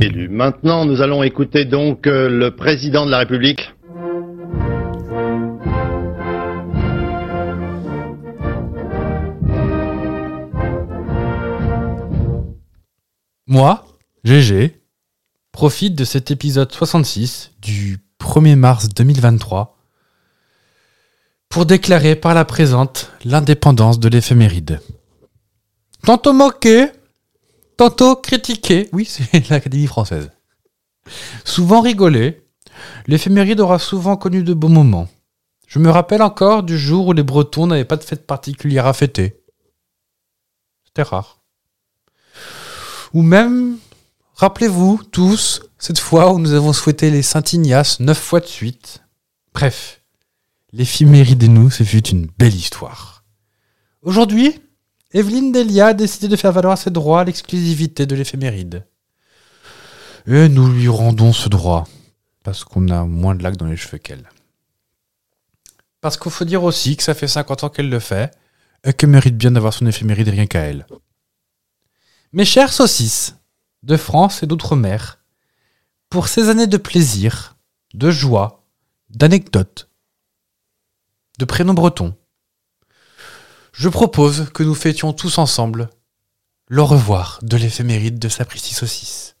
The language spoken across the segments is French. élu. Maintenant, nous allons écouter donc euh, le président de la République. Moi, GG, profite de cet épisode 66 du 1er mars 2023 pour déclarer par la présente l'indépendance de l'éphéméride. Tantôt moqué, tantôt critiqué, oui, c'est l'Académie française. Souvent rigolé, l'éphéméride aura souvent connu de beaux moments. Je me rappelle encore du jour où les Bretons n'avaient pas de fête particulière à fêter. C'était rare. Ou même, rappelez-vous tous, cette fois où nous avons souhaité les Saint-Ignace neuf fois de suite. Bref, l'éphéméride et nous, ce fut une belle histoire. Aujourd'hui, Evelyne Delia a décidé de faire valoir ses droits à l'exclusivité de l'éphéméride. Et nous lui rendons ce droit, parce qu'on a moins de lacs dans les cheveux qu'elle. Parce qu'il faut dire aussi que ça fait 50 ans qu'elle le fait, et qu'elle mérite bien d'avoir son éphéméride rien qu'à elle. Mes chers saucisses, de France et d'outre-mer, pour ces années de plaisir, de joie, d'anecdotes, de prénoms bretons, je propose que nous fêtions tous ensemble le revoir de l'éphéméride de Sapristi Saucisse.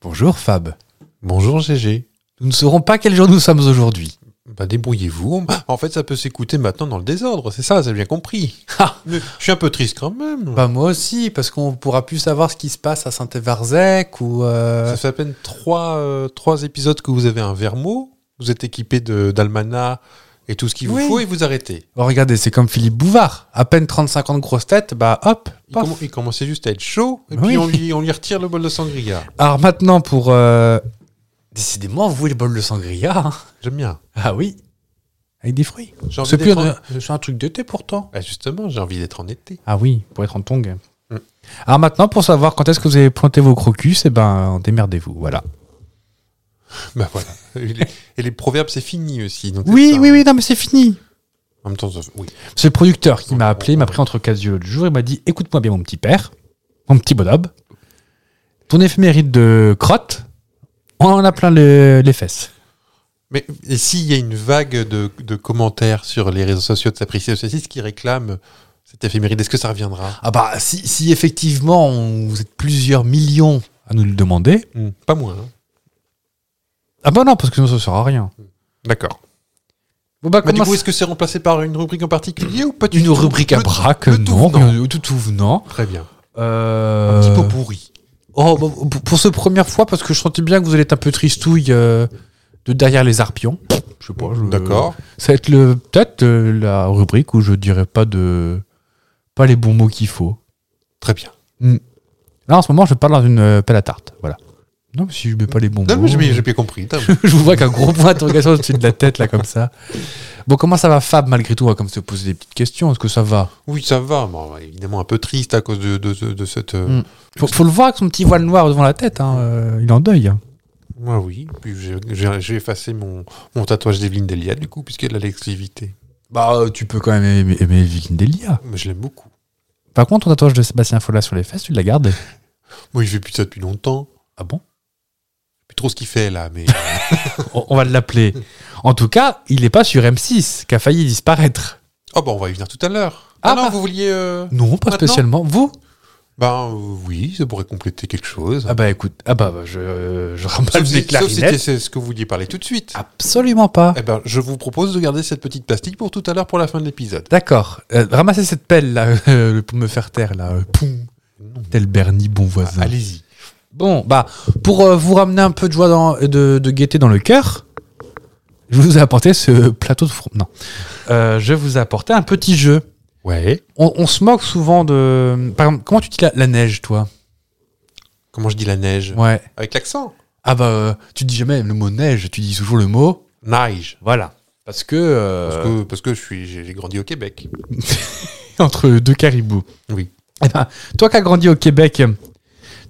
Bonjour Fab. Bonjour GG. Nous ne saurons pas quel jour nous sommes aujourd'hui. Bah débrouillez-vous. En fait, ça peut s'écouter maintenant dans le désordre, c'est ça, j'ai bien compris. Ah. Mais je suis un peu triste quand même. Bah moi aussi, parce qu'on pourra plus savoir ce qui se passe à Saint-Évarzec ou... euh, Ça fait à peine trois, euh, trois épisodes que vous avez un verre mot. Vous êtes équipé de- d'almanach et tout ce qu'il vous Oui. faut et vous arrêtez. oh, regardez, c'est comme Philippe Bouvard. À peine 35 ans de grosse tête, bah hop, Il, paf. Bah comm- il commençait juste à être chaud et Oui. puis on lui, on lui retire le bol de sangria. Alors maintenant pour... euh, Décidément, vous et le bol de sangria. hein. J'aime bien. Ah oui. Avec des fruits. J'ai envie C'est plus d'être en- un, c'est un truc d'été pourtant. Bah, justement, j'ai envie d'être en été. Ah oui, pour être en tongue. Mm. Alors maintenant, pour savoir quand est-ce que vous avez planté vos crocus, eh ben, démerdez-vous, voilà. Bah voilà. Et les, et les proverbes, c'est fini aussi. donc Oui, c'est ça. oui, oui, non, mais c'est fini. En même temps, ça- oui. C'est le producteur qui m'a appelé, il m'a pris entre quatre yeux l'autre jour, il m'a dit, écoute-moi bien, mon petit père, mon petit bonhomme, ton éphéméride de crotte, on en a plein le- les fesses. Mais et s'il y a une vague de, de commentaires sur les réseaux sociaux de Sapristi Saucisse qui réclament cette éphéméride, est-ce que ça reviendra Ah bah, si, si effectivement, on- vous êtes plusieurs millions à nous le demander, Hmm, Pas moins. hein. ah bah non, parce que sinon, ça ne sert à rien. D'accord. Bon bah, Mais du comment coup, est-ce que c'est remplacé par une rubrique en particulier ou pas du une tout rubrique à Le- braque, le tout non, venant. le tout venant. Très bien. Euh, Un petit peu pourri. Oh, bah, pour- pour ce première fois, parce que je sentais bien que vous allez être un peu tristouille euh, de derrière les arpions. Je sais pas. je- D'accord. Ça va être le- peut-être euh, la rubrique où je dirais pas de pas les bons mots qu'il faut. Très bien. Là, en ce moment, je parle dans une euh, pelle à tarte. Voilà. Non, mais si je mets pas les bons Non, mots. mais j'ai bien- j'ai bien compris. T'as- je vous vois qu'un gros point d'interrogation au-dessus de la tête, là, comme ça. Bon, comment ça va, Fab, malgré tout On va comme se poser des petites questions. Est-ce que ça va Oui, ça va. Bon, évidemment, un peu triste à cause de, de, de- de cette. euh, Hmm. faut, faut le voir avec son petit voile noir devant la tête. hein, euh, il est en deuil. hein. Moi, oui. Puis j'ai- j'ai j'ai effacé mon, mon tatouage d'Evelyne Delia, du coup, puisqu'elle a l'exclusivité. Bah, euh, tu peux quand même aimer, aimer Evelyne Delia. Mais je l'aime beaucoup. Par contre, ton tatouage de Sébastien Folla sur les fesses, tu l'as gardé. Moi, je fais plus ça depuis longtemps. Ah bon Je sais plus trop ce qu'il fait là, mais. on, on va l'appeler. En tout cas, il n'est pas sur M6, qui a failli disparaître. Oh, bah, on va y venir tout à l'heure. Ah, Ah, non, bah. vous vouliez. euh, Non, pas Maintenant spécialement. Vous Ben euh, oui, ça pourrait compléter quelque chose. Ah bah écoute, ah bah bah, je, euh, je Sauf remballe mes si- sauf si c'était clarinettes. Ah. c'est ce que vous vouliez parler tout de suite. Absolument pas. Eh ben, je vous propose de garder cette petite pastille pour tout à l'heure pour la fin de l'épisode. D'accord. Euh, ramassez cette pelle là euh, pour me faire taire là. euh, poum. Non. Tel Bernie, bon Ah, voisin. Allez-y. Bon, bah, pour euh, vous ramener un peu de joie dans- de, de gaieté dans le cœur, je vous ai apporté ce plateau de frou- Non. Euh, je vous ai apporté un petit jeu. Ouais. On, on se moque souvent de. Par exemple, comment tu dis la, la neige, toi Comment je dis la neige Ouais. Avec l'accent. Ah bah, euh, tu dis jamais le mot neige, tu dis toujours le mot. Neige. Voilà. Parce que. euh, Parce que, parce que je suis, j'ai j'ai grandi au Québec. entre deux caribous. Oui. Eh ben, toi qui as grandi au Québec,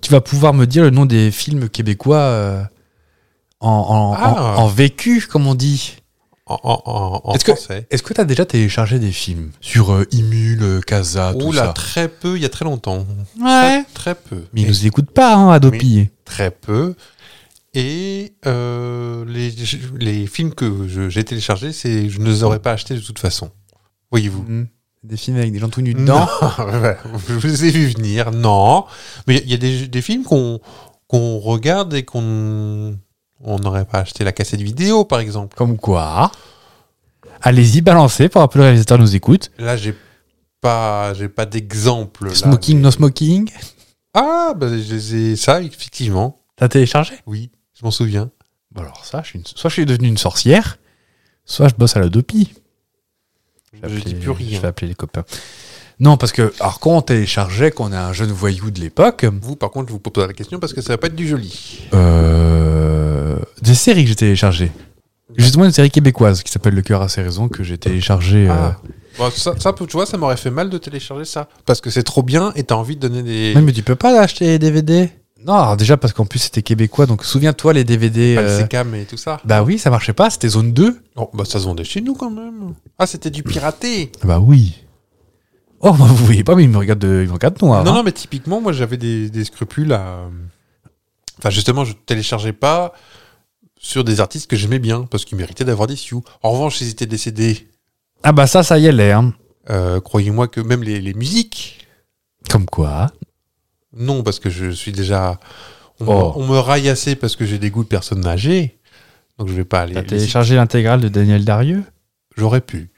tu vas pouvoir me dire le nom des films québécois euh, en, en- Ah. en- en vécu, comme on dit. En, en, en, en Est-ce que- français. Est-ce que tu as déjà téléchargé des films sur euh, Imul, euh, Casa, tout Oula, ça très peu, il y a très longtemps. Ouais. Très, très peu. Mais Et ils nous écoutent pas, hein, Adopi. Très peu. Et euh, les, les films que je- j'ai téléchargés, c'est, je ne les aurais pas achetés de toute façon. Voyez-vous. Mhm. Des films avec des gens tout nus Non, dedans. je vous ai vu venir, non. Mais il y a des, des films qu'on qu'on regarde et qu'on on n'aurait pas acheté la cassette vidéo, par exemple. Comme quoi Allez-y, balancez pour que le réalisateur nous écoute. Là, j'ai pas, j'ai pas d'exemple. là, Smoking, mais- no smoking. Ah, bah, je les ai- ça, effectivement. T'as téléchargé Oui, je m'en souviens. Bah Alors ça, je suis une- soit je suis devenu une sorcière, soit je bosse à la dopi. Je dis plus rien. Je vais appeler les copains. Non, parce que alors quand on téléchargeait, quand on est un jeune voyou de l'époque, Vous, par contre, je vous pose la question parce que ça va pas être du joli. euh, des séries que j'ai téléchargées. Justement une série québécoise qui s'appelle Le cœur à ses raisons que j'ai téléchargée. euh, Ah. Bon, ça, ça, tu vois, ça m'aurait fait mal de télécharger ça parce que c'est trop bien et t'as envie de donner des. Ouais, mais tu peux pas acheter les DVD Non, alors déjà parce qu'en plus c'était québécois, donc souviens-toi les DVD. Pas euh, le sécam et tout ça. bah oui, ça marchait pas, c'était zone 2. Oh, bah ça se vendait chez nous quand même. Ah, c'était du piraté. Ah Bah oui. Oh, bah, vous voyez pas, mais ils me regardent, de- ils me regardent noir. Non, hein. non, mais typiquement, moi, j'avais des, des scrupules à. Enfin, justement, je téléchargeais pas sur des artistes que j'aimais bien parce qu'ils méritaient d'avoir des sioux. En revanche, ils étaient décédés. Ah bah ça, ça y est, les, hein. Euh, Croyez-moi que même les, les musiques. Comme quoi Non, parce que je suis déjà. On, Oh. on me raille assez parce que j'ai des goûts de personnes âgées. Donc, je vais pas aller. T'as les- téléchargé l'intégrale de Daniel Darieux J'aurais pu.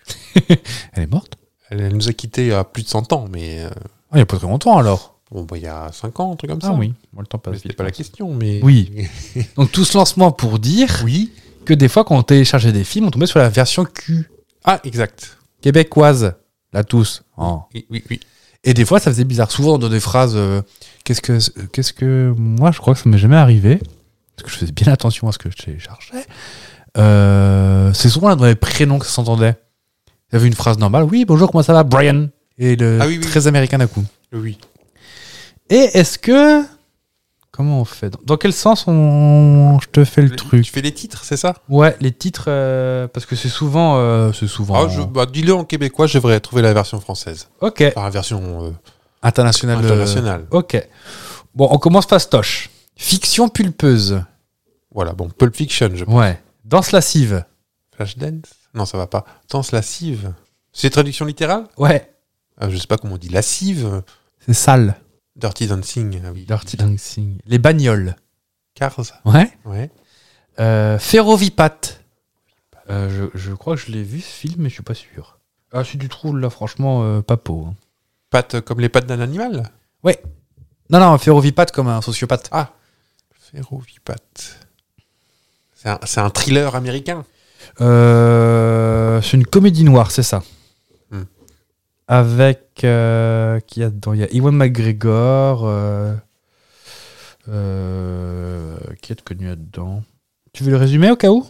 Elle est morte Ah, Elle, elle nous a quittés à plus de 100 ans, mais. euh, Il n'y a pas très longtemps alors. bon, bah, il y a 5 ans, un truc comme Ah ça. oui, moi le temps Mais passe C'était vite. hein. pas la question, mais. Oui. Donc tout ce lancement pour dire oui. que des fois quand on téléchargeait des films, on tombait sur la version Q, Ah, exact. québécoise, la tous. hein. Oui, oui, oui. Et des fois ça faisait bizarre. Souvent dans des phrases, euh, qu'est-ce que, euh, qu'est-ce que, moi je crois que ça m'est jamais arrivé, parce que je faisais bien attention à ce que je téléchargeais. Euh, c'est souvent là dans les prénoms que ça s'entendait. Il y avait une phrase normale, oui bonjour comment ça va Brian, et le Ah oui, oui. très américain d'un coup. Oui. Et est-ce que. Comment on fait Dans- Dans quel sens on... je te fais le Les- truc Tu fais les titres, c'est ça Ouais, les titres, euh, parce que c'est souvent. euh, c'est souvent. Ah, je- bah, Dis-le en québécois, je devrais trouver la version française. Ok. Enfin, la version euh, International. euh, internationale. Ok. Bon, on commence fastoche. Fiction pulpeuse. Voilà, bon, Pulp Fiction, je Ouais. Danse lascive. Flashdance Non, ça va pas. Danse lascive. C'est traduction littérale Ouais. Ah, Je sais pas comment on dit. Lascive C'est sale. Dirty Dancing. ah oui. Dirty Dancing. Les bagnoles. Cars. Ouais. Ouais. Euh, Ferrovipat. Euh, je, je crois que je l'ai vu ce film, mais je suis pas sûr. Ah, si tu trouves là, franchement, euh, pas pauvre. Pattes comme les pattes d'un animal Non, non, Ferrovipat comme un sociopathe. Ferrovipate. C'est un, c'est un thriller américain. Euh, c'est une comédie noire, c'est ça. Hmm. Avec. euh, qui y a dedans Il y a Iwan McGregor. euh, euh, qui est connu là-dedans Tu veux le résumer au cas où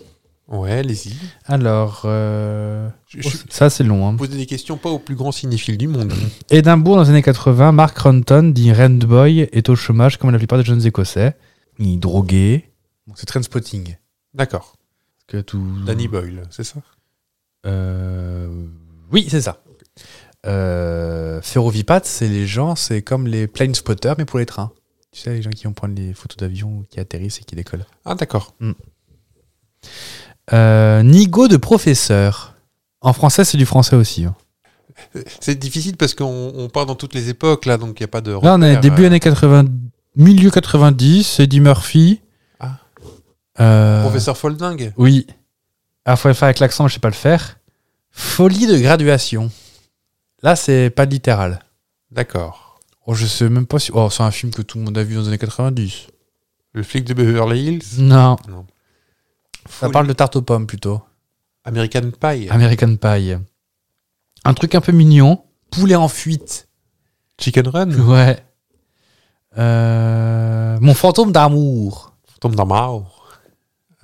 Ouais, allez-y. Alors. euh, Je, je, suis- ça, c'est long. Hein. poser des questions pas au plus grand cinéphile du monde. Édimbourg, dans les années 80, Mark Ronton, dit Rent Boy, est au chômage comme la plupart des jeunes Écossais. Il est drogué. Donc, c'est Trendspotting. D'accord. Que tout... Danny Boyle, c'est ça Euh, oui, c'est ça. Euh, Ferrovipat, c'est les gens, c'est comme les plane spotters, mais pour les trains. Tu sais, les gens qui vont prendre les photos d'avion qui atterrissent et qui décollent. Ah, d'accord. Euh, Nigo de professeur. En français, c'est du français aussi. hein. C'est difficile parce qu'on on part dans toutes les époques, là, donc il n'y a pas de. Là, on est repère, début euh, années 80, milieu 90, Eddie Murphy. Ah. Euh, Professeur Folding Oui. Ah, faut le faire avec l'accent, mais je sais pas le faire. Folie de graduation. Là, c'est pas littéral. D'accord. Oh, je sais même pas si. Oh, c'est un film que tout le monde a vu dans les années 90. Le flic de Beverly Hills Non, Non. ça parle de tarte aux pommes plutôt. American Pie. American Pie. Un truc un peu mignon. Poulet en fuite. Chicken Run. Ouais. Euh, Mon fantôme d'amour. Fantôme dans Mao.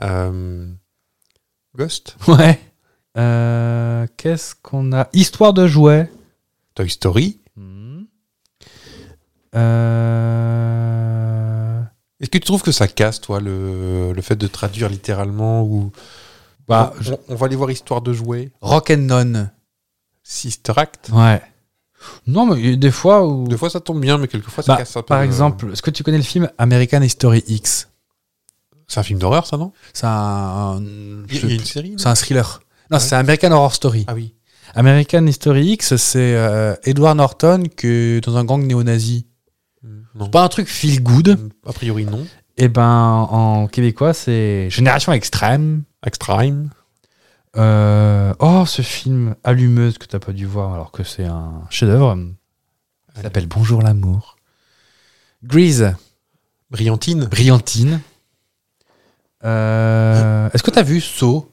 Euh, Ghost. Ouais. Euh, Qu'est-ce qu'on a Histoire de jouets. Toy Story. Hmm. Euh, Est-ce que tu trouves que ça casse, toi, le, le fait de traduire littéralement ou Bah, on, on- on va aller voir Histoire de jouer. Rock and Non. Sister Act. Ouais. Non, mais il y a des fois où. Des fois, ça tombe bien, mais quelquefois, ça Bah, casse un peu. euh, Par le- exemple, est-ce que tu connais le film American History X C'est un film d'horreur, ça, non C'est un, Il y a- il y a une série. non c'est un thriller. Non, Ouais. c'est American Horror Story. Ah oui. American History X, c'est euh, Edward Norton que dans un gang néo-nazi. Non. Pas un truc feel good. A priori, non. Et ben, en québécois, c'est Génération Extrême. Extreme. Euh, oh, ce film allumeuse que t'as pas dû voir alors que c'est un chef-d'œuvre. Ça s'appelle Bonjour l'amour. Grease, Brillantine. Brillantine. Euh, Est-ce que t'as vu Saw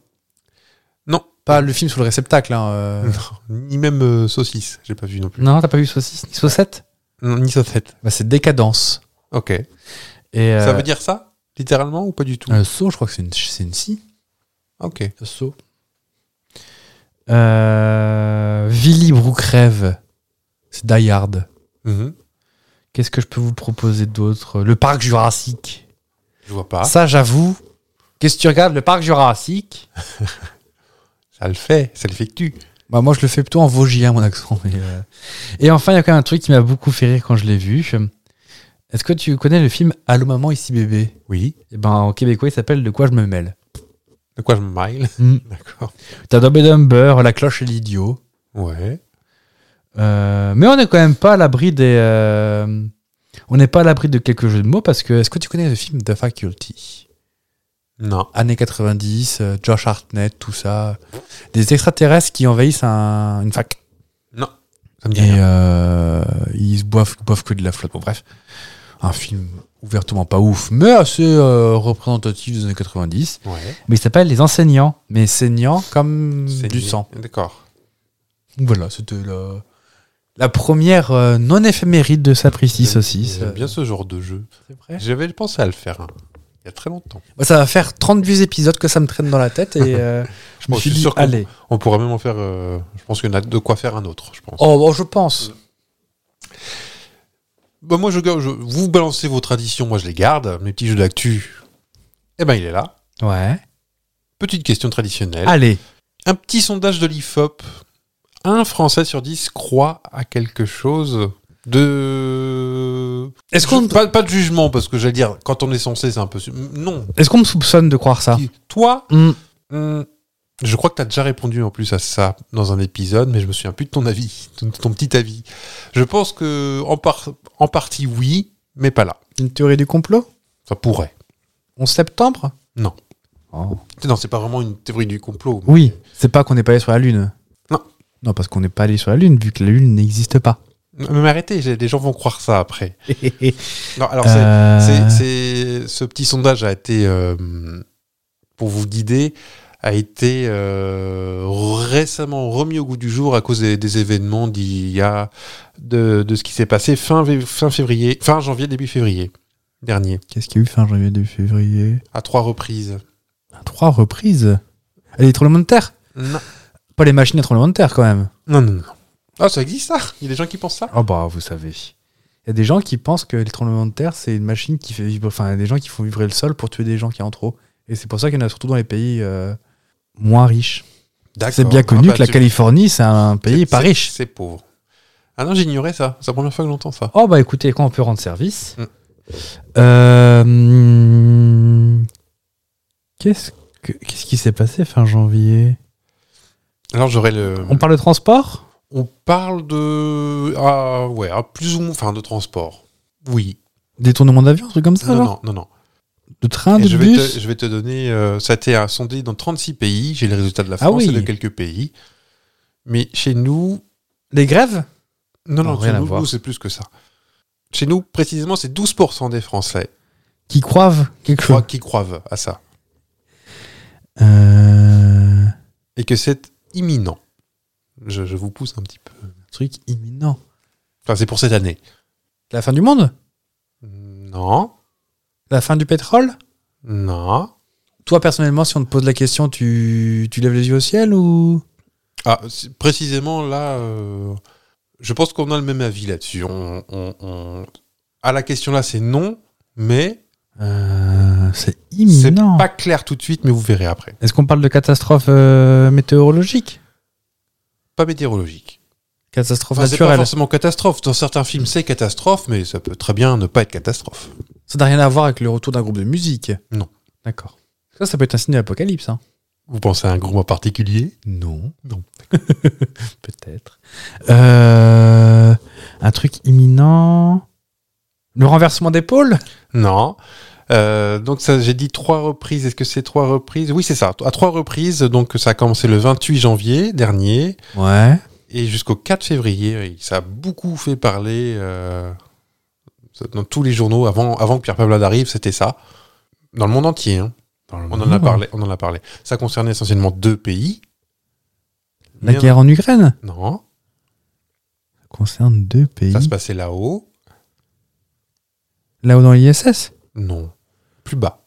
Non. Pas le film sur le réceptacle. hein, euh. Non. Ni même euh, Saucisse. J'ai pas vu non plus. Non, t'as pas vu Saucisse ni Saucette Non, Ni Saucette. bah, C'est Décadence. Ok. Et, Ça euh, veut dire ça Littéralement ou pas du tout euh, Saw, je crois que c'est une, c'est une scie. Ok. Saut. Euh, Willy Brookreve. C'est Die Hard. Mhm. Qu'est-ce que je peux vous proposer d'autre Le Parc Jurassique. Je vois pas. Ça, j'avoue. Qu'est-ce que tu regardes Le Parc Jurassique Ça le fait, ça l'effectue. bah, Moi, je le fais plutôt en Vosgien, mon accent. mais, euh. Et enfin, il y a quand même un truc qui m'a beaucoup fait rire quand je l'ai vu. Est-ce que tu connais le film Allô maman, ici bébé Oui. Eh ben, en québécois, il s'appelle De quoi je me mêle. De quoi je me maille Mm. D'accord. T'as Dumb et Dumber, La cloche et l'idiot. Ouais. Euh, mais on n'est quand même pas à l'abri des. euh, on n'est pas à l'abri de quelques jeux de mots parce que est-ce que tu connais le film The Faculty Non. Années 90, euh, Josh Hartnett, tout ça. Des extraterrestres qui envahissent un- une fac. Ça me dit Et rien. euh, ils boivent, boivent que de la flotte. Bon, bref. Un film ouvertement pas ouf, mais assez euh, représentatif des années 90. Ouais. Mais il s'appelle Les Enseignants. Mais saignants comme C'est du lié. sang. D'accord. Voilà, c'était la, la première euh, non éphéméride de Sapristi J'aime- Saucisse. euh, J'aime bien ce genre de jeu. J'avais pensé à le faire hein, il y a très longtemps. Moi, ça va faire 38 épisodes que ça me traîne dans la tête et euh, je me Oh, je suis suis dit, sûr qu'on- allez. On pourrait même en faire. euh, je pense qu'il y en a de quoi faire un autre, je pense. Oh, bon, je pense. Bah, moi, je, garde- je- vous balancez vos traditions, moi je les garde. Mes petits jeux d'actu, eh ben il est là. Ouais. Petite question traditionnelle. Allez. Un petit sondage de l'IFOP. Un Français sur dix croit à quelque chose de. Est-ce qu'on pas, pas de jugement parce que j'allais dire quand on est censé c'est un peu su- non. est-ce qu'on me soupçonne de croire ça Qui- Toi, Hmm. hmm, je crois que tu as déjà répondu en plus à ça dans un épisode, mais je me souviens plus de ton avis, de ton petit avis. Je pense que en, par- en partie oui, mais pas là. Une théorie du complot Ça pourrait. 11 septembre Non. Oh. Non, c'est pas vraiment une théorie du complot. Oui, c'est pas qu'on n'est pas allé sur la Lune. Non. Non, parce qu'on n'est pas allé sur la Lune, vu que la Lune n'existe pas. Non, Mais arrêtez, j'ai- les gens vont croire ça après. Non, alors c'est- Euh, C'est- c'est- ce petit sondage a été, euh, pour vous guider, a été euh, récemment remis au goût du jour à cause des, des événements d'il y a de, de ce qui s'est passé fin, vé- fin février, fin janvier, début février dernier, Qu'est-ce qu'il y a eu fin janvier, début février à trois reprises. À Trois reprises. Et les tremblements de terre Non, Pas les machines à tremblement de terre, quand même. non, non. non. Ah, ça existe ça Il y a des gens qui pensent ça Oh bah, vous savez. Il y a des gens qui pensent que le tremblement de terre, c'est une machine qui fait vibrer. Enfin, il y a des gens qui font vibrer le sol pour tuer des gens qui en ont trop. Et c'est pour ça qu'il y en a surtout dans les pays euh, moins riches. C'est bien connu que la Californie, Ah, bah, c'est un pays pas riche. Ah, bah, C'est pauvre. Ah non, j'ignorais ça. C'est la première fois que j'entends ça. Oh bah écoutez, quand on peut rendre service. Mm. Euh, hmm, Qu'est-ce que- qu'est-ce qui s'est passé fin janvier Alors j'aurais le. On parle de transport On parle de. Ah ouais, ah, plus ou moins. Enfin, de transport. Oui. Détournement d'avion, un truc comme ça Non, genre non, non, non. De train, Et de je, vais Ah, bus te, je vais te donner. euh, ça a été euh, sondé dans 36 pays. J'ai les résultats de la Ah France et oui. de quelques pays. Mais chez nous. Les grèves Non, Non, non, Ah, rien chez à nous, voir. nous, c'est plus que ça. Chez nous, précisément, c'est 12% des Français qui croivent quelque croient- chose. qui croivent à ça. Euh, Et que c'est imminent. Je, je vous pousse un petit peu. truc imminent. Enfin, c'est pour cette année. La fin du monde Non, La fin du pétrole non. Toi, personnellement, si on te pose la question, tu, tu lèves les yeux au ciel ou Ah, c'est- précisément là, euh, je pense qu'on a le même avis là-dessus. On, on- on- À la question là, c'est non, mais Euh, C'est c'est imminent. pas clair tout de suite, mais vous verrez après. Est-ce qu'on parle de catastrophe euh, météorologique Pas météorologique. Catastrophe Enfin, c'est pas naturelle forcément catastrophe. Dans certains films, c'est catastrophe, mais ça peut très bien ne pas être catastrophe. Ça n'a rien à voir avec le retour d'un groupe de musique Non. D'accord. Ça, ça peut être un signe d'apocalypse. Hein. Vous pensez à un groupe en particulier Non. Non. Peut-être. Euh, un truc imminent. Le renversement des pôles Non. Euh, donc ça, j'ai dit trois reprises. Est-ce que c'est trois reprises Oui, c'est ça. À trois reprises. Donc ça a commencé le 28 janvier dernier. Ouais. Et jusqu'au 4 février, il- ça a beaucoup fait parler euh, dans tous les journaux. Avant, avant que Pierre Pavlade arrive, c'était ça. Dans le monde entier, hein. on, en a parlé, on en a parlé. Ça concernait essentiellement deux pays. La Bien- guerre en Ukraine Non, Ça concerne deux pays. ça se passait là-haut. Là-haut dans l'ISS Non, plus bas.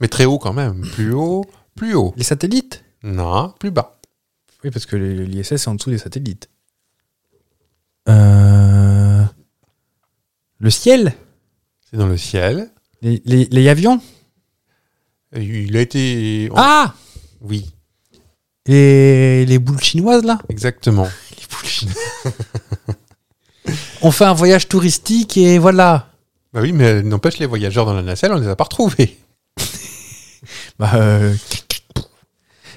Mais très haut quand même. Plus haut, plus haut. Les satellites Non, plus bas. Oui, parce que l'ISS est en dessous des satellites. Euh... Le ciel C'est dans le ciel. Les, les- les avions Et Il a été. Ah Oui, Et les boules chinoises, là exactement. Les boules chinoises. On fait un voyage touristique et voilà. Bah oui, mais n'empêche les voyageurs dans la nacelle, on les a pas retrouvés. Bah, euh,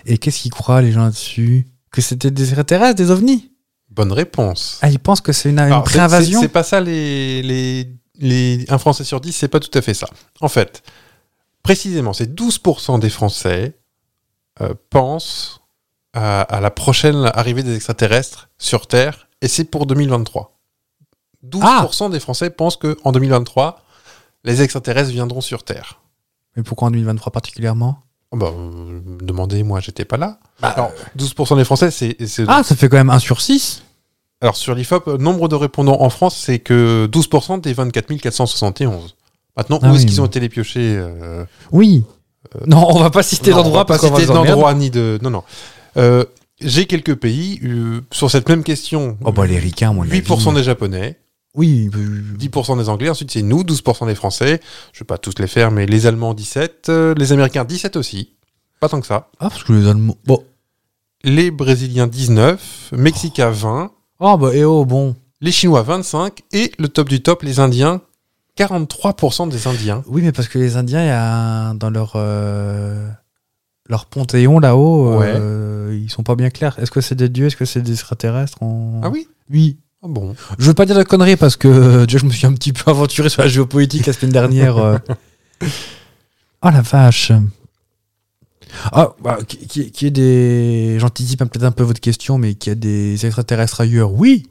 Et qu'est-ce qu'ils croient, les gens là-dessus Que c'était des extraterrestres, des ovnis Bonne réponse. Ah, ils pensent que c'est une, une Alors, c'est- pré-invasion C'est c'est pas ça les, les, les- Un Français sur 10, c'est pas tout à fait ça. En fait, précisément, c'est 12% des Français euh, pensent à, à la prochaine arrivée des extraterrestres sur Terre, et c'est pour 2023. 12% des Français pensent qu'en 2023, les extraterrestres viendront sur Terre. Mais pourquoi en 2023 particulièrement Oh bah, euh, demandez-moi, j'étais pas là. Alors, 12% des Français, c'est... c'est- Ah, ça fait quand même 1 sur 6 Alors sur l'IFOP, euh, nombre de répondants en France, c'est que 12% des 24 471. Maintenant, Ah où est-ce oui, qu'ils mais- ont été les piocher euh, Oui. Euh, non, on va pas citer non, on d'endroit va parce pas qu'on va citer les emmerder. d'endroit ni de... Non, non. Euh, J'ai quelques pays, euh, sur cette même question, Oh bah les ricains, moi. 8% des Japonais, Oui. euh, 10% des Anglais, ensuite c'est nous, 12% des Français, je vais pas tous les faire, mais les Allemands 17, euh, les Américains 17 aussi, pas tant que ça, Ah parce que les Allemands. Bon. les Brésiliens 19, Mexicains 20, Oh bah eh oh bon. les Chinois 25 et le top du top, les Indiens, 43% des Indiens. Oui mais parce que les Indiens, il y a un- dans leur euh, leur panthéon là-haut, euh, ils sont pas bien clairs. Est-ce que c'est des dieux Est-ce que c'est des extraterrestres On- Ah oui Oui. Ah bon Je veux pas dire de conneries parce que euh, déjà je me suis un petit peu aventuré sur la géopolitique la semaine dernière. euh. Oh la vache. Ah, bah, qui, qui, qui est des. J'anticipe peut-être un peu votre question, mais qui a des extraterrestres ailleurs Oui,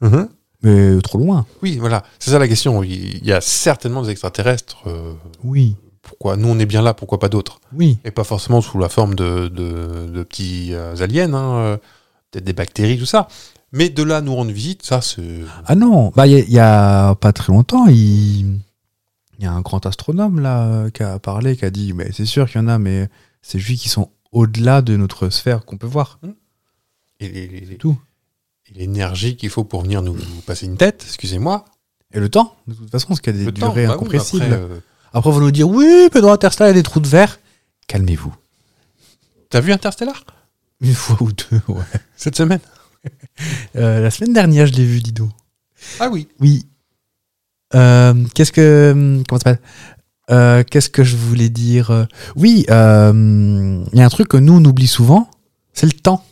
Mhm. mais trop loin. Oui, voilà, c'est ça la question. Il y a certainement des extraterrestres. euh, Oui, pourquoi Nous, on est bien là, pourquoi pas d'autres oui. Et pas forcément sous la forme de, de- de petits euh, aliens, hein, euh, peut-être des bactéries, tout ça. Mais de là, nous rendre visite, ça, c'est. Ah non, bah il y a- il y, a pas très longtemps, il il y a un grand astronome là euh, qui a parlé, qui a dit mais c'est sûr qu'il y en a, mais c'est juste qui sont au-delà de notre sphère qu'on peut voir. et les- les- les- Tout. et L'énergie qu'il faut pour venir nous, nous passer une tête, excusez-moi. Et le temps, de toute façon, parce qu'il y a des Le temps, durées bah oui, incompressibles. après, euh, Après, vous nous dire oui, mais dans Interstellar, il y a des trous de verre. Calmez-vous. T'as vu Interstellar Une fois ou deux, ouais. cette semaine Euh, la semaine dernière, je l'ai vu, Dido. Ah oui. Oui. Euh, Qu'est-ce que. Comment ça s'appelle Euh, Qu'est-ce que je voulais dire Oui, euh, il y a un truc que nous, on oublie souvent c'est le temps.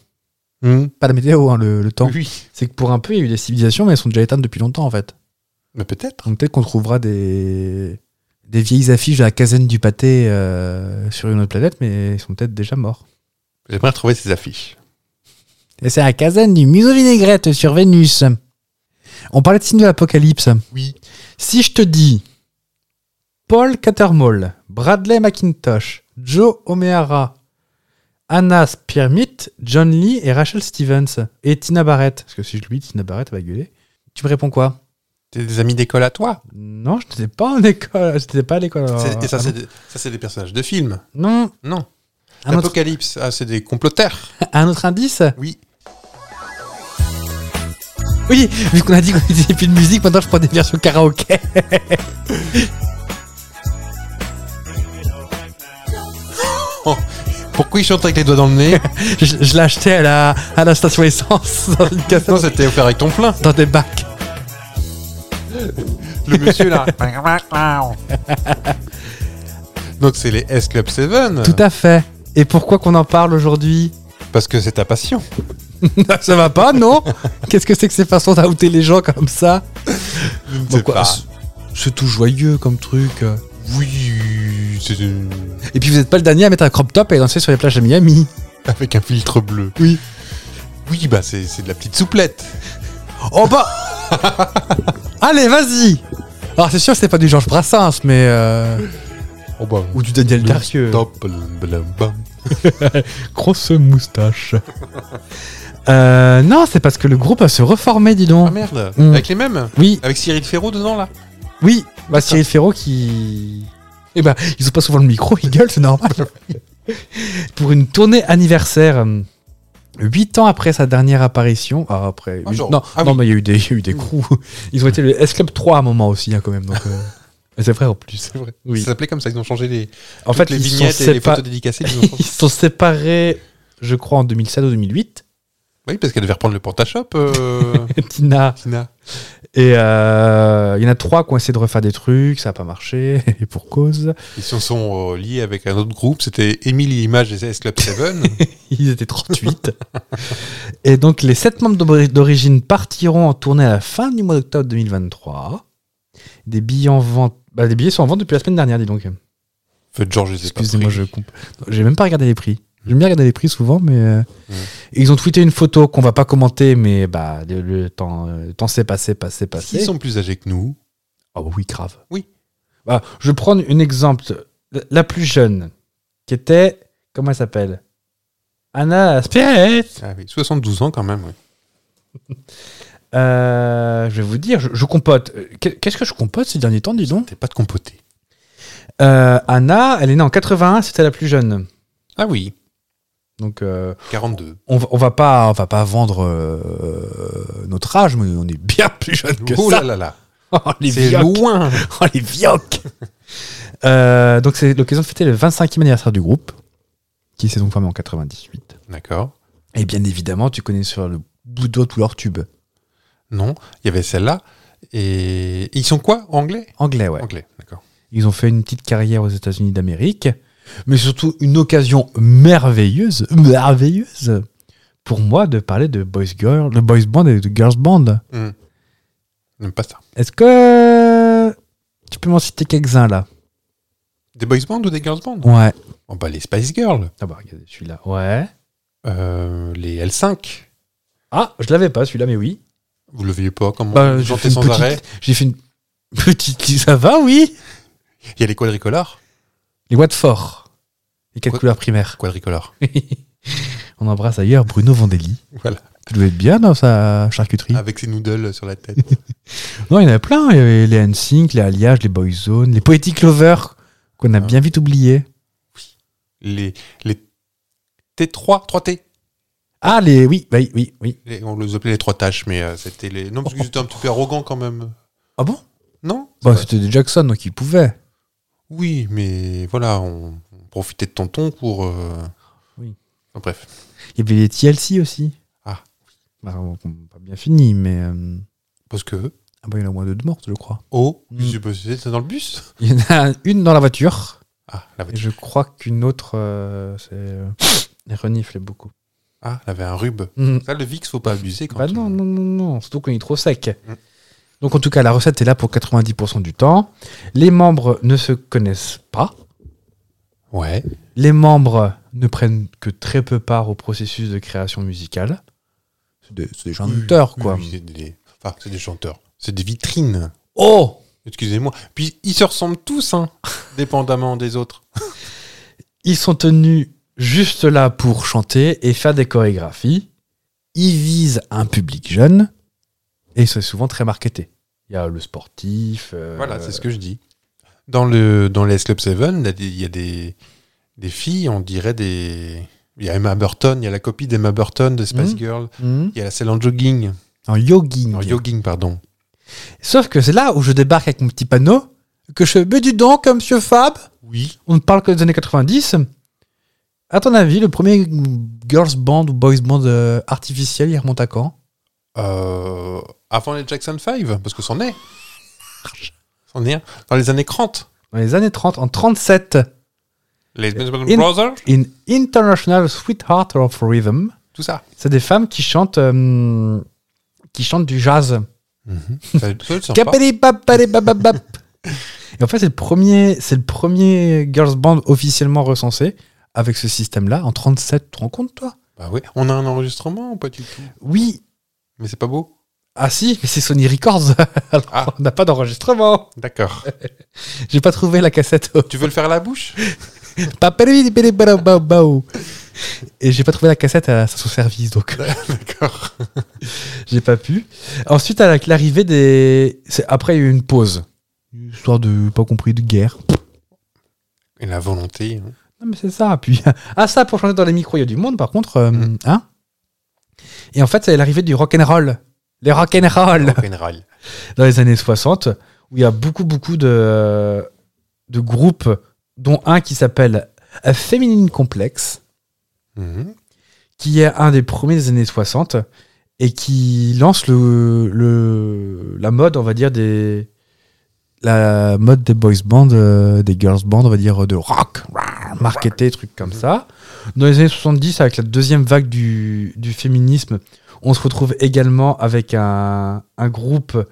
Hmm, Pas la météo, hein, le, le temps. Oui. C'est que pour un peu, il y a eu des civilisations, mais elles sont déjà éteintes depuis longtemps, en fait. Mais peut-être. Donc peut-être qu'on trouvera des, des vieilles affiches de la caserne du pâté euh, sur une autre planète, mais ils sont peut-être déjà morts. J'aimerais retrouver ces affiches. Et c'est la caserne du museau vinaigrette sur Vénus. On parlait de signes de l'apocalypse. Oui. Si je te dis Paul Cattermole, Bradley McIntosh, Joe O'Meara, Anna Spirmit, John Lee et Rachel Stevens et Tina Barrett, parce que si je lui dis Tina Barrett, elle va gueuler. Tu me réponds quoi T'es des amis d'école à toi. Non, je n'étais pas en école, je n'étais pas à l'école. C'est- et ça, Ah, c'est des- ça, c'est des personnages de films. Non, Non. un autre, Apocalypse, ah, c'est des complotaires. un autre indice Oui. Oui, vu qu'on a dit qu'on n'utilisait plus de musique, maintenant je prends des versions karaoké. Oh. Pourquoi ils chantent avec les doigts dans le nez Je, je l'ai acheté à la, à la station essence dans une cassette, Non, c'était offert avec ton plein. dans des bacs. Le monsieur là. Donc c'est les S Club 7. Tout à fait. Et pourquoi qu'on en parle aujourd'hui Parce que c'est ta passion. Ça va pas, non Qu'est-ce que c'est que ces façons d'outer les gens comme ça Je ne Bah, quoi, c'est- C'est tout joyeux comme truc. Oui, c'est une- Et puis vous n'êtes pas le dernier à mettre un crop top et danser sur les plages de Miami. avec un filtre bleu. Oui. Oui, bah c'est c'est de la petite souplette. Oh bah Allez, vas-y Alors c'est sûr que c'est pas du Georges Brassens, mais... euh, Oh bah. Oh. Ou du Daniel Darieux. Top, blum, blum, bam. Grosse moustache. euh, non, c'est parce que le groupe a se reformé, dis donc. Ah merde. Mm. Avec les mêmes. Oui, Avec Cyril Ferraud dedans là. oui, bah, Cyril Ferraud qui. Eh ben, ils ont pas souvent le micro, ils gueulent, c'est normal. Pour une tournée anniversaire, euh, huit ans après sa dernière apparition, ah, après. Ah, huit- genre, non, ah non, oui. mais il y a eu des, il y a eu des crews. Ils ont été le S Club 3 à un moment aussi, hein, quand même. Donc, euh, mais c'est vrai en plus. C'est vrai. Oui. Ça s'appelait comme ça. Ils ont changé les, En toutes fait, les ils sont, vignettes et les sépa- photos dédicacées. Ils ont changé. ils sont séparés, je crois, en 2007 ou 2008. oui, parce qu'elle devait reprendre le Pantachop, euh, Tina. Tina. Et euh, il y en a trois qui ont essayé de refaire des trucs, ça n'a pas marché, et pour cause. Ils se sont euh, liés avec un autre groupe. C'était Émilie Image et S Club 7. Ils étaient 38. et donc les sept membres d'ori- d'origine partiront en tournée à la fin du mois d'octobre 2023. Des billets en vente. bah, les billets sont en vente depuis la semaine dernière, dis donc. Feu de Georges, je sais pas. Excusez-moi, pris. je comp- J'ai même pas regardé les prix. J'aime bien regarder les prix souvent, mais. euh, Mm. et Ils ont tweeté une photo qu'on va pas commenter, mais bah, le, le temps, euh, le temps s'est passé, passé, passé. Ils sont plus âgés que nous. Ah oui, grave. Oui. Bah, je vais prendre un exemple. La- La plus jeune, qui était. Comment elle s'appelle Anna Spirit Ah oui, 72 ans quand même. oui. Euh, Je vais vous dire, je, je compote. Euh, qu'est- Qu'est-ce que je compote ces derniers temps, dis donc T'es pas de compoté. Euh, Anna, elle est née en 81, c'était la plus jeune. Ah oui, Donc, euh, 42. on, va- on va pas, on va pas vendre euh, notre âge, mais on est bien plus jeune que oh ça. là là là. Oh, les C'est vioques. loin. Oh, les vioques Euh, Donc, c'est l'occasion de fêter le 25e anniversaire du groupe, qui s'est donc formé en 98. D'accord. Et bien évidemment, tu connais sur le bout de doigt tout leur tube. Non, il y avait celle-là. Et ils sont quoi Anglais Anglais, ouais. Anglais, d'accord. Ils ont fait une petite carrière aux États-Unis d'Amérique, mais surtout une occasion merveilleuse, merveilleuse, pour moi de parler de boys girl, de boys band et de girls band. Hum. Même pas ça. Est-ce que tu peux m'en citer quelques-uns là Des boys band ou des girls band Ouais. Oh bah les Spice Girls, Ah bah regardez celui-là. Ouais. Euh, les L5. Ah, je l'avais pas celui-là, mais oui. Vous le voyez pas comment Bah, vous j'ai chantez fait une sans arrêt petite. J'ai fait une petite. Ça va, oui. Il y a les quadricolores. Les Watford. Les quatre Quoi- couleurs primaires. Quadricolores. On embrasse ailleurs Bruno Vandelli. Voilà. Tu devais être bien dans sa charcuterie. Avec ses noodles sur la tête. Non, il y en avait plein. Il y avait les Hansink, les Alliages, les Boyzone, les Poetic Lovers, qu'on a Ah. bien vite oublié. les, les T3, 3T. Ah, les. Oui, bah oui, oui, oui. Les- on les appelait les trois tâches, mais euh, c'était les. Non, parce qu'ils étaient un petit peu arrogants quand même. Ah bon Non Bah, C'est pas- c'était des Jackson, donc ils pouvaient. Oui, mais voilà, on, on profitait de tonton pour. euh, Oui. Enfin, bref. Il y avait les TLC aussi. Ah. Bah, on- on n'a pas bien fini, mais. euh, Parce que. Ah, bah, il y en a au moins deux de mortes, je crois. Oh, Mm. je suis passé c'est dans le bus. Il y en a une dans la voiture, Ah, elle et avait, je crois qu'une autre. euh, c'est. euh, Elle renifle beaucoup. Hmm. ah, elle avait un rub. Ça, le VIX, faut pas abuser quand Bah on- non, non, non, non, surtout qu'on est trop sec. Mm. Donc en tout cas, la recette est là pour 90% du temps. Les membres ne se connaissent pas. Ouais. Les membres ne prennent que très peu part au processus de création musicale. C'est des, c'est des chanteurs, Oui, quoi. oui, c'est des- Enfin, c'est des chanteurs. C'est des vitrines. Oh Excusez-moi. Puis ils se ressemblent tous, hein, dépendamment des autres. Ils sont tenus juste là pour chanter et faire des chorégraphies. Ils visent un public jeune et ils sont souvent très marketés. Il y a le sportif. euh, Voilà, c'est ce que je dis. Dans le dans les S Club 7, il y a des- il y a des, des filles, on dirait des. Il y a Emma Burton, il y a la copie d'Emma Burton de Spice Mhm. Girl. Hmm. Il y a celle en jogging. En yogging. En jogging, pardon. Sauf que c'est là où je débarque avec mon petit panneau, que je fais, mais dis donc, hein, monsieur Fab, Oui. on ne parle que des années 90. À ton avis, le premier girls band ou boys band euh, artificiel, il remonte à quand Euh, avant les Jackson 5, parce que c'en est. C'en est un. Dans les années 30. Dans les années 30, en 37, Euh, Les Benjamin In- Brothers, in International Sweetheart of Rhythm, tout ça. c'est des femmes qui chantent, euh, qui chantent du jazz. Mhm. Ça- ça, c'est sympa. Capelli, bap, bap, bap, bap, bap. Et en fait, c'est le premier, c'est le premier girls band officiellement recensé avec ce système-là en 37. Tu te rends compte, toi Bah oui. On a un enregistrement ou pas du tout Oui, Mais c'est pas beau Ah si, mais c'est Sony Records. Alors, Ah. on n'a pas d'enregistrement. D'accord. J'ai pas trouvé la cassette. tu veux le faire à la bouche Papalibidibidibadababao. Et j'ai pas trouvé la cassette à son service, donc D'accord. j'ai pas pu. Ensuite, avec l'arrivée des... c'est- Après, il y a eu une pause. Histoire de, pas compris, de guerre. Et la volonté. hein. Non, mais c'est ça. Puis, ah, ça, pour changer dans les micros, il y a du monde, par contre. euh, Mm. Hein Et en fait, c'est l'arrivée du rock'n'roll. Les rock'n'roll Rock'n'roll. dans les années 60, où il y a beaucoup, beaucoup de, de groupes, dont un qui s'appelle A Feminine Complex, Mhm. qui est un des premiers des années 60, et qui lance le, le, la mode, on va dire, des, la mode des boys bands, euh, des girls bands, on va dire, de rock, marketé, trucs comme ça. Dans les années 70, avec la deuxième vague du, du féminisme, on se retrouve également avec un, un groupe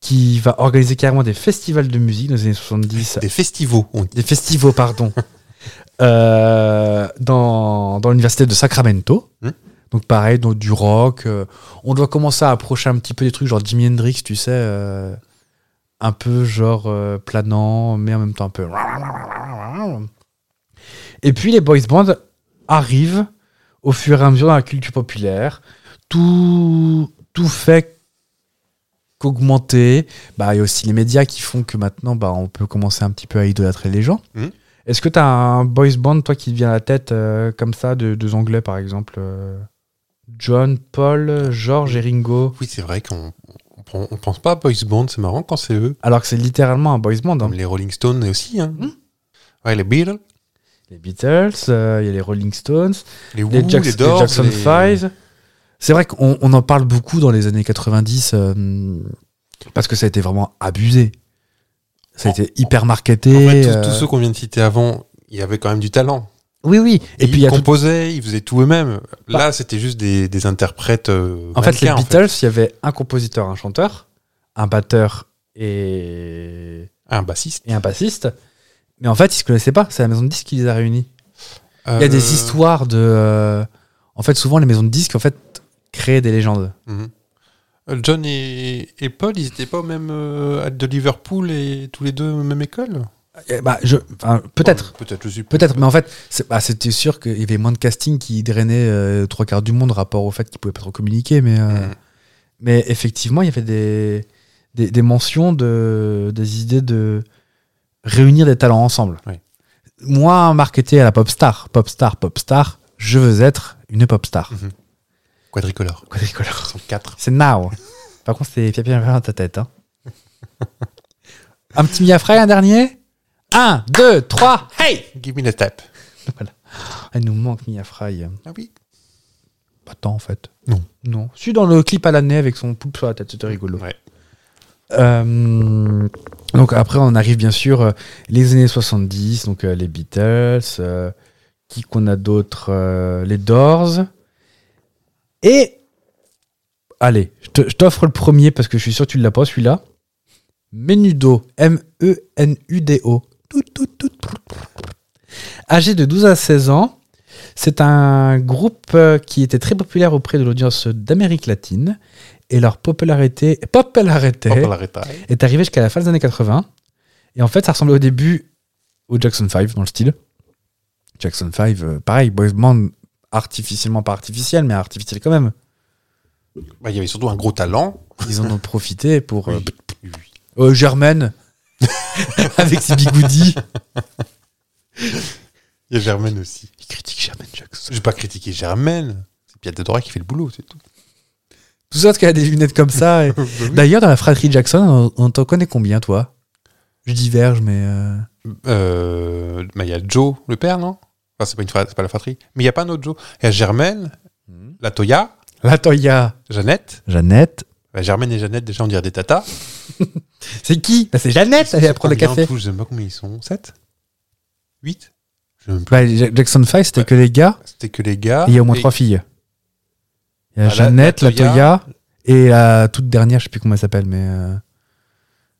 qui va organiser carrément des festivals de musique dans les années 70, Des festivals. on dit. des festivals, pardon, euh, dans, dans l'université de Sacramento. Hmm. Donc pareil, donc du rock. euh, on doit commencer à approcher un petit peu des trucs genre Jimi Hendrix, tu sais, euh, un peu genre euh, planant, mais en même temps un peu. Et puis les boys bands arrivent au fur et à mesure dans la culture populaire. Tout, tout fait qu'augmenter. Bah, il y a aussi les médias qui font que maintenant, bah, on peut commencer un petit peu à idolâtrer les gens. Mhm. Est-ce que tu as un boys band, toi, qui te vient à la tête euh, comme ça, de deux Anglais, par exemple euh, John, Paul, George et Ringo Oui, c'est vrai qu'on on, prend- on pense pas à Boys Band, c'est marrant quand c'est eux. Alors que c'est littéralement un boys band. hein. Comme les Rolling Stones aussi. Hein. Mhm. Ouais, les Beatles, Les Beatles, euh, il y a les Rolling Stones, les Who, les, les, Jackson- les Doors, Jackson les- 5. C'est vrai qu'on on en parle beaucoup dans les années 90 euh, parce que ça a été vraiment abusé. Ça a En- été hyper marketé. En fait, tous, tous euh, ceux qu'on vient de citer avant, il y avait quand même du talent. Oui, oui. Et, puis il y ils a tout- Bah. composaient, ils faisaient tout eux-mêmes. Là, c'était juste des, des interprètes. euh, En fait, les mannequins, Beatles, il y avait un compositeur, un chanteur, un batteur et, Un bassiste. et un bassiste. Mais en fait, ils se connaissaient pas. C'est la maison de disques qui les a réunis. Il y a des histoires de. euh, En fait, souvent, les maisons de disques, en fait, créent des légendes. Mhm. Euh, John et, et Paul, ils étaient pas au même euh, de Liverpool et tous les deux aux même école Eh bah, je... enfin, peut-être. Bon, Peut-être, je suis Peut-être, mais en fait, c'est- bah, c'était sûr qu'il y avait moins de casting qui drainait euh, trois quarts du monde rapport au fait qu'ils pouvaient pas trop communiquer. Mais, euh, Mhm. mais effectivement, il y avait des, des, des mentions, de, des idées de réunir des talents ensemble. Ouais. Moi, marketé à la pop star, pop star, pop star, je veux être une pop star. Mhm. Quadricolore. Quadricolore. Ils sont quatre. C'est now. Par contre, c'est bien dans ta tête. hein. un petit miafray, un dernier 1, 2, 3, hey Give me the tap. Elle nous manque Mia Fry. Ah oui. Pas tant en fait. Non. Non. Je suis dans le clip à l'année avec son poupe sur la tête, c'était rigolo. Ouais. Euh, donc après, on arrive bien sûr euh, les années 70, donc euh, les Beatles, euh, qui qu'on a d'autres, euh, les Doors. Et allez, je te- je t'offre le premier parce que je suis sûr que tu ne l'as pas celui-là. Menudo, E M-E-N-U-D-O. Tout, tout, tout. Âgé de 12 à 16 ans, c'est un groupe euh, qui était très populaire auprès de l'audience d'Amérique latine et leur popularité, popularité Hop, la rétaille. est arrivée jusqu'à la fin des années 80. Et en fait, ça ressemblait au début au Jackson 5 dans le style. Jackson 5, euh, pareil, boys band artificiellement pas artificiel, mais artificiel quand même. Bah, il y avait surtout un gros talent. Ils en ont profité pour euh, Oui, oui, oui. Euh, Germaine avec ses bigoudis. Il y a Germaine aussi. Il critique Germaine Jackson. Je vais pas critiquer Germaine. C'est Piatadora qui fait le boulot, c'est tout. Tout ça parce qu'elle a des lunettes comme ça. et- Bah D'ailleurs, dans la fratrie Jackson, on, on t'en connaît combien, toi Je diverge, mais. euh, Euh, bah, il y a Joe, le père, non Enfin, c'est pas, une fra- c'est pas la fratrie. Mais il y a pas un autre Joe. Il y a Germaine, Hmm. la Toya, La Toya. Jeannette. Jeannette. Bah, Germaine et Jeannette, déjà, on dirait des tatas. C'est qui Bah, C'est Jeannette, elle vient prendre le Combien en café. tout Je sais même pas combien ils sont. 7 8 Bah, les Ja- Jackson 5, c'était que les gars, C'était que les gars. et il y a au moins Et- trois filles. Il y a Ah, la- Jeannette, la, la Toya, Toya. et la toute dernière, je sais plus comment elle s'appelle, mais. euh,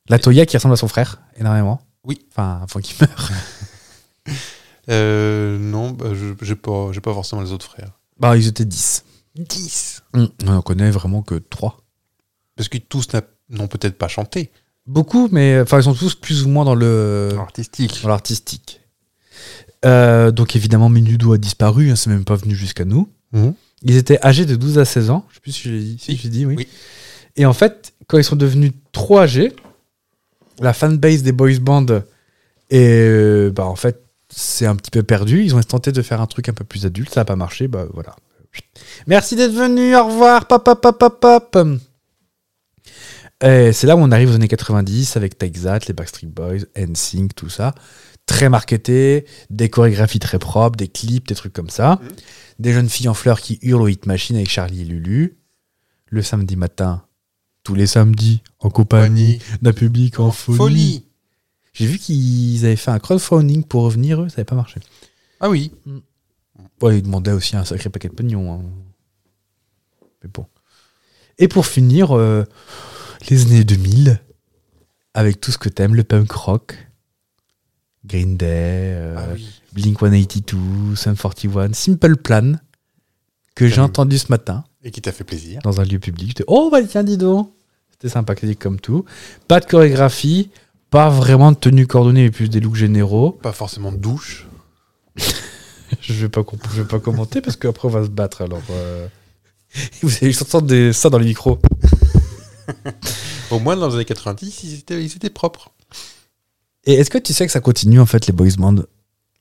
La Toya qui ressemble à son frère, énormément. Oui. Enfin, avant qu'il meure. Euh, non, bah, je j'ai pas, j'ai pas forcément les autres frères. Bah, ils étaient 10. 10 On en connaît vraiment que 3. Parce que tous n'a- n'ont peut-être pas chanté. Beaucoup, mais enfin, ils sont tous plus ou moins dans le Artistique. dans l'artistique. Euh, donc évidemment, Menudo a disparu, hein, c'est même pas venu jusqu'à nous. Mhm. Ils étaient âgés de 12 à 16 ans, je sais plus si j'ai dit, Si. si j'ai dit, oui. Oui. Et en fait, quand ils sont devenus trop âgés, la fanbase des boys bands est, euh, bah, en fait, c'est un petit peu perdu. Ils ont tenté de faire un truc un peu plus adulte, ça n'a pas marché, bah voilà. Merci d'être venu, au revoir, pop, pop, pop, pop, pop. Et c'est là où on arrive aux années 90 avec Texat, les Backstreet Boys, NSYNC, tout ça. Très marketé, des chorégraphies très propres, des clips, des trucs comme ça. Mhm. Des jeunes filles en fleurs qui hurlent au Hit Machine avec Charlie et Lulu. Le samedi matin, tous les samedis, en compagnie d'un public en folie. Folie. J'ai vu qu'ils avaient fait un crowdfunding pour revenir, eux, ça n'avait pas marché. Ah oui. Ouais, ils demandaient aussi un sacré paquet de pognon. hein. Mais bon. Et pour finir, euh, les années 2000, avec tout ce que t'aimes, le punk rock, Green Day, euh, Ah oui. Blink 182, Sum 41, Simple Plan, que j'ai Calme. entendu ce matin Et qui t'a fait plaisir. dans un lieu public. J'étais, oh, bah tiens, dis donc C'était sympathique comme tout. Pas de chorégraphie, pas vraiment de tenue coordonnée, mais plus des looks généraux. Pas forcément de douche. Je vais pas, com- je vais pas commenter parce qu'après on va se battre alors. euh. Vous avez eu sorte de ça dans les micros. Au moins dans les années 90, ils étaient, ils étaient propres. Et est-ce que tu sais que ça continue en fait les boys band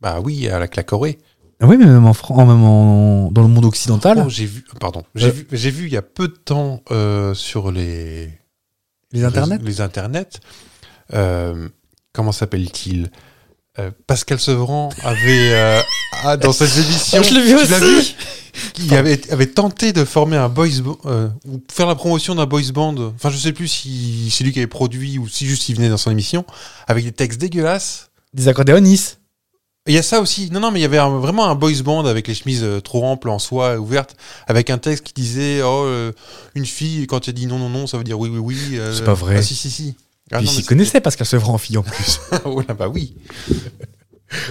Bah oui, à la clacorée. Ah Oui, mais même en France, même en- dans le monde occidental, Oh, j'ai vu, pardon, j'ai Euh. vu, j'ai vu il y a peu de temps euh, sur les les internets. les, les internets. Euh, comment s'appelle-t-il Euh, Pascal Sevran avait euh, ah, dans cette émission, je l'ai vu tu l'as aussi. il avait, avait tenté de former un boys band euh, ou faire la promotion d'un boys band. Enfin, je sais plus si c'est lui qui avait produit ou si juste il venait dans son émission avec des textes dégueulasses. Des accordéonistes. Et Il y a ça aussi. Non, non, mais il y avait un- vraiment un boys band avec les chemises euh, trop amples en soie ouvertes, avec un texte qui disait oh euh, une fille quand elle dit non non non ça veut dire oui oui oui. euh, C'est pas vrai. Ah, si si si. Ah, Puis non, ils mais s'y connaissaient parce qu'elles se en fille en plus. oh là, bah oui. oui,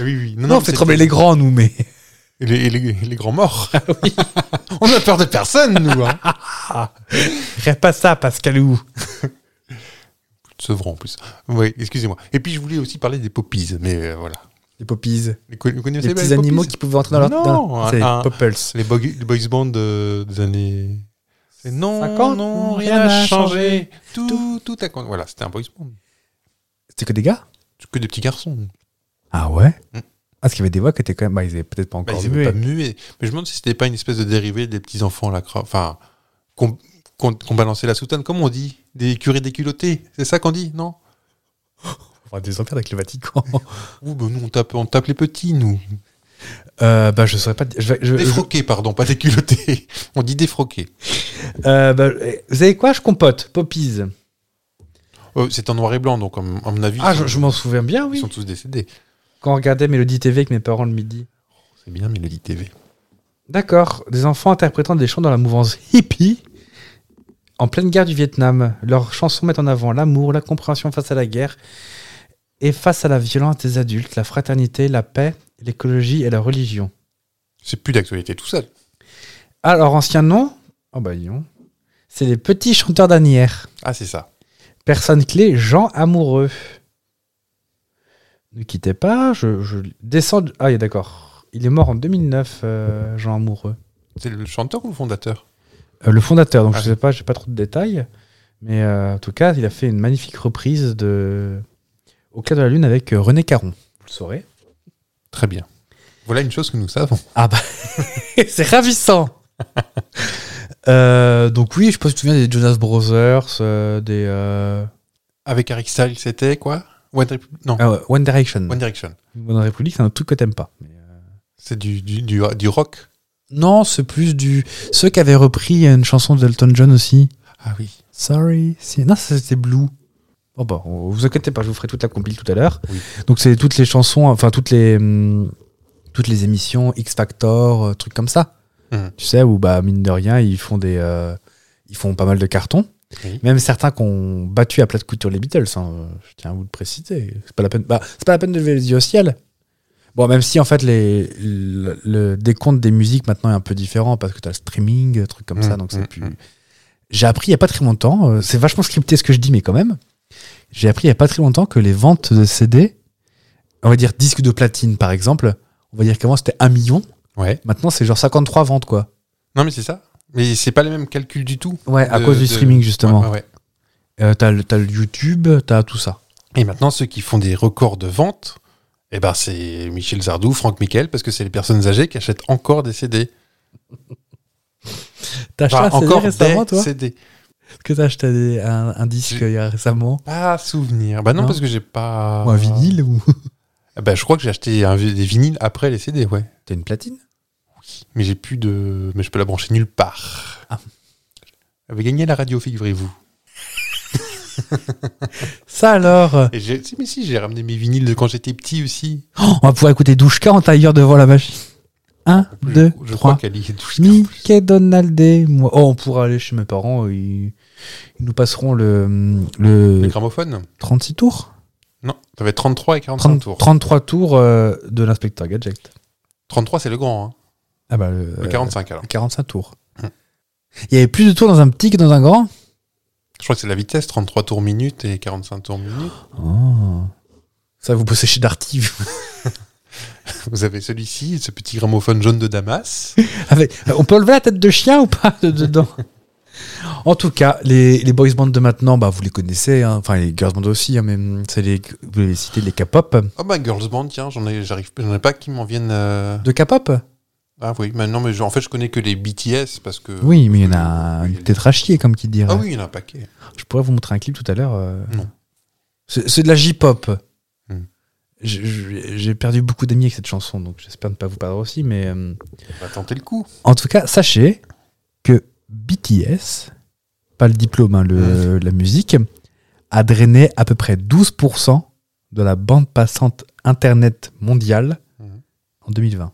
oui. non, on fait trembler Ah les grands nous, mais. Et les, et les- les grands morts. On a peur de personne, nous. Hein. Rêve pas ça, Pascalou. Sevran, en plus. Oui, excusez-moi. Et puis, je voulais aussi parler des poppies, mais euh, voilà. Les poppies. Les, co- vous connaissez Les pas petits les animaux Poppies qui pouvaient entrer dans leur. Non, dans- un- C'est un- Popples. C'est les, boy- les boys bands de- des années. C'est non, 50, non, rien rien n'a n'a changé. Tout, tout a. con- Voilà, c'était un boys band. C'était que des gars C'est Que des petits garçons. Ah ouais Mm. Ah, parce qu'il y avait des voix qui étaient quand même. Bah, ils étaient peut-être pas Bah, encore ils muets. n'étaient pas muets. Mais je me demande si c'était pas une espèce de dérivé des petits enfants à la cra- Enfin, qu'on qu'on- qu'on balançait la soutane, comme on dit Des curés déculottés. C'est ça qu'on dit, non On va des emmerdes avec le Vatican. Ouh, bah, nous, on tape, on tape les petits, nous. Euh, bah, je saurais pas. dire- Je, vais- je- je- Défroqués, pardon, pas déculottés. on dit défroqués. euh, bah, vous savez quoi Je compote. Poppies. Euh, c'est en noir et blanc, donc, à mon à mon avis, Ah, ils je, sont- je m'en souviens bien, ils oui. sont tous décédés. Quand on regardait Mélodie TV avec mes parents le midi. C'est bien, Mélodie TV. D'accord. Des enfants interprétant des chants dans la mouvance hippie en pleine guerre du Vietnam. Leurs chansons mettent en avant l'amour, la compréhension face à la guerre et face à la violence des adultes, la fraternité, la paix, l'écologie et la religion. C'est plus d'actualité, tout ça. Alors, ancien nom Oh bah, Lyon. C'est les petits chanteurs d'Anières. Ah, c'est ça. Personne clé, Jean Amoureux. Ne quittez pas, je, je descends. du- Ah, il est d'accord. Il est mort en 2009, euh, Jean Amoureux. C'est le chanteur ou le fondateur Euh, le fondateur, donc Ah. je sais pas, j'ai pas trop de détails. Mais euh, en tout cas, il a fait une magnifique reprise de Au clair de la lune avec euh, René Caron. Vous le saurez. Très bien. Voilà une chose que nous savons. C'est ravissant Euh, Donc oui, je pense que tu te souviens des Jonas Brothers, euh, des euh, Avec Harry Styles, c'était quoi One Rep- Non, ah ouais, One Direction. One Direction. One Republic, c'est un truc que t'aimes pas. mais, euh, C'est du, du, du, du rock. Non, c'est plus du. Ceux qui avaient repris une chanson d'Elton John aussi. Ah oui. Sorry. si- Non, ça, c'était Blue. Bon, bah, on- vous inquiétez pas, je vous ferai toute la compile tout à l'heure. Oui. Donc, c'est toutes les chansons, enfin, toutes les, hum, toutes les émissions, X Factor, euh, trucs comme ça. Mhm. Tu sais, où, bah, mine de rien, ils font des. euh, ils font pas mal de cartons. Oui. Même certains qui ont battu à plat de couture les Beatles, hein, euh, je tiens à vous le préciser. C'est pas la peine, bah, c'est pas la peine de lever les yeux au ciel. Bon, même si en fait les, le, le décompte des musiques maintenant est un peu différent parce que t'as le streaming, euh, trucs comme ça, Mm, donc mm, c'est plus. mm. J'ai appris il y a pas très longtemps, euh, c'est vachement scripté ce que je dis, mais quand même, j'ai appris il y a pas très longtemps que les ventes de CD, on va dire disques de platine par exemple, on va dire qu'avant c'était 1 million, Ouais. maintenant c'est genre 53 ventes quoi. Non, mais c'est ça. Mais c'est pas les mêmes calculs du tout. Ouais, à De- cause du de- streaming justement. Ouais, ouais, ouais. Euh, t'as le t'as le YouTube, t'as tout ça. Et maintenant, ceux qui font des records de vente, eh ben, c'est Michel Zardou, Franck Michael, parce que c'est les personnes âgées qui achètent encore des CD. Ah, T'as acheté Enfin, un CD Bah, encore récemment, des toi CD. Est-ce que t'as acheté des- un, un disque euh, J'ai- il y a récemment Pas souvenir. Bah non, Non. parce que j'ai pas. Ou un vinyle ou... Ah Bah, je crois que j'ai acheté un vi- des vinyles après les CD, ouais. T'as une platine Mais j'ai plus de. Mais je peux la brancher nulle part. Ah. J'avais gagné la radio, figurez-vous. Ça alors euh, Et j'ai. Si, mais si, j'ai ramené mes vinyles de quand j'étais petit aussi. oh, On va pouvoir écouter Douchka en tailleur devant la machine. 1, En plus, je- 2, je, crois 3. qu'elle y est touchée. Mickey Donaldé. Moi... Oh, on pourra aller chez mes parents. euh, Ils, ils nous passeront le, Le le gramophone 36 tours Non, t'avais 33 et 45 30 tours. 33 tours euh, de l'inspecteur Gadget. 33, c'est le grand, hein. Ah bah le, Le 45, alors. le 45 tours. Hum. Il y avait plus de tours dans un petit que dans un grand Je crois que c'est la vitesse, 33 tours minute et 45 tours minute. Oh. Ça, vous bossez chez Darty. vous. Vous avez celui-ci, ce petit gramophone jaune de Damas. Avec- On peut enlever la tête de chien ou pas de- dedans En tout cas, les, les boys bands de maintenant, bah, vous les connaissez. hein. Enfin, les girls bands aussi, hein, mais hum, c'est les, vous les citez, les K-pop. Oh bah Girls Band, tiens, j'en ai, j'arrive, j'en ai pas qui m'en viennent. euh, De K-pop Ah oui, maintenant, mais je- en fait, je connais que les BTS parce que. Oui, mais il y en a Oui, peut-être à chier, comme qui dirait. Ah oui, il y en a un paquet. Je pourrais vous montrer un clip tout à l'heure. euh. Non. C'est c'est de la J-pop. Hmm. Je- je- J'ai perdu beaucoup d'amis avec cette chanson, donc j'espère ne pas vous perdre aussi, mais. hum, On va tenter le coup. En tout cas, sachez que BTS, pas le diplôme, hein, le- la musique, a drainé à peu près 12% de la bande passante Internet mondiale Mhm. en 2020.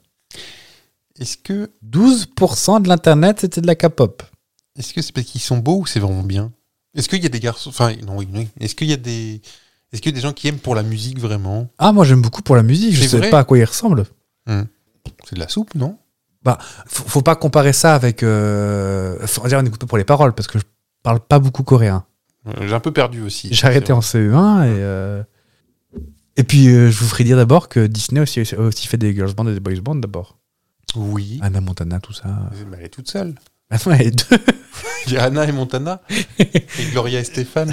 Est-ce que 12% de l'Internet, c'était de la K-pop. est-ce que c'est parce qu'ils sont beaux ou c'est vraiment bien Est-ce qu'il y a des garçons. Enfin, non, oui, oui. Est-ce qu'il y a des. Est-ce qu'il y a des gens qui aiment pour la musique vraiment Ah, moi j'aime beaucoup pour la musique, je C'est sais vrai pas à quoi il ressemble. C'est de la soupe, non Faut, faut pas comparer ça avec. Euh... Faut dire, on écoute pas pour les paroles, parce que je parle pas beaucoup coréen. Euh, J'ai un peu perdu aussi. J'ai arrêté en CE1 et. euh, Et puis, euh, je vous ferai dire d'abord que Disney aussi, a aussi fait des girls bands et des boys bands d'abord. Oui. Anna Montana, tout ça. Mais Elle est toute seule. Maintenant, il y a deux. Il y a Anna et Montana. et Gloria et Stéphane.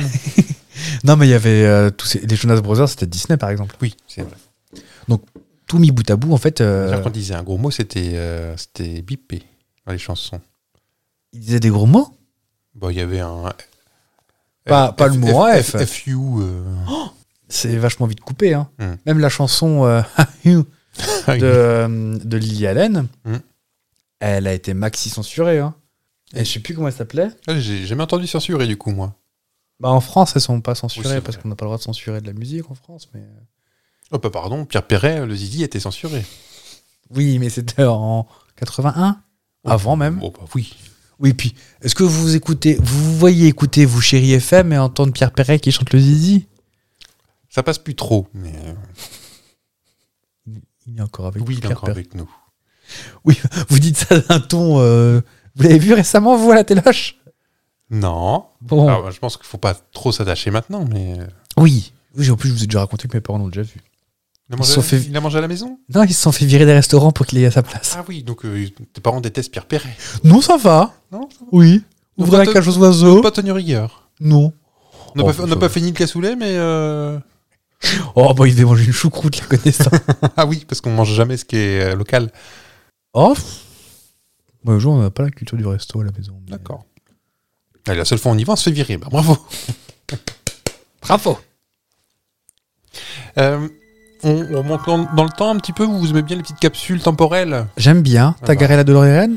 Non, mais il y avait euh, tous ces- les Jonas Brothers, c'était Disney par exemple. Oui, c'est vrai. Tout mis bout à bout, en fait, euh, Quand on disait un gros mot, c'était euh, c'était bipé dans les chansons. ils disaient des gros mots. Bon, il y avait un. euh, Pas- pas le mot F. F. FU. euh, C'est vachement vite coupé. Hein. Hmm. Même la chanson euh, de, Ah euh, de Lily Allen, Hmm. elle a été maxi censurée. Hein. Et je sais plus comment elle s'appelait. Ah, J'ai jamais entendu censurer du coup, moi. Bah, en France, elles sont pas Oui, censurées c'est parce vrai. qu'on n'a pas le droit de censurer de la musique en France. Mais... Oh, bah pardon, Pierre Perret, le Zizi était censuré. Oui, mais c'était en 81 Avant même. Oh, bah oui. Oui, puis, est-ce que vous écoutez, vous vous voyez écouter, vous chérie FM, et entendre Pierre Perret qui chante le zizi Ça passe plus trop, mais euh, Il est encore avec oui, il est Pierre encore Perret. avec nous. Vous dites ça d'un ton. euh, vous l'avez vu récemment, vous, à la téloche Non. Bon. Alors, je pense qu'il faut pas trop s'attacher maintenant, mais. euh, oui. Oui, en plus, je vous ai déjà raconté que mes parents l'ont déjà vu. Il Ils se a, mangé, sont fait- il a mangé à la maison Non, ils se sont fait virer des restaurants pour qu'il ait à sa place. Ah oui, donc euh, tes parents détestent Pierre Perret. Ah. Non, ça va. Non Oui. Donc, Ouvrez la pas cage aux oiseaux. Pas tenir rigueur. Non. On Oh, n'a pas, fait- on n'a ça pas va. fini le cassoulet, mais. euh, Oh, bah, il devait manger une choucroute, la connaissance. Ah oui, parce qu'on mange jamais ce qui est euh, local. oh. Moi, le jour, on n'a pas la culture du resto à la maison. mais- D'accord. Ah, la seule fois on y va, on se fait virer. Bah, bravo. Bravo. Euh, on, on monte dans, dans le temps un petit peu. Vous aimez bien les petites capsules temporelles J'aime bien. Ah bah. T'as garé la DeLorean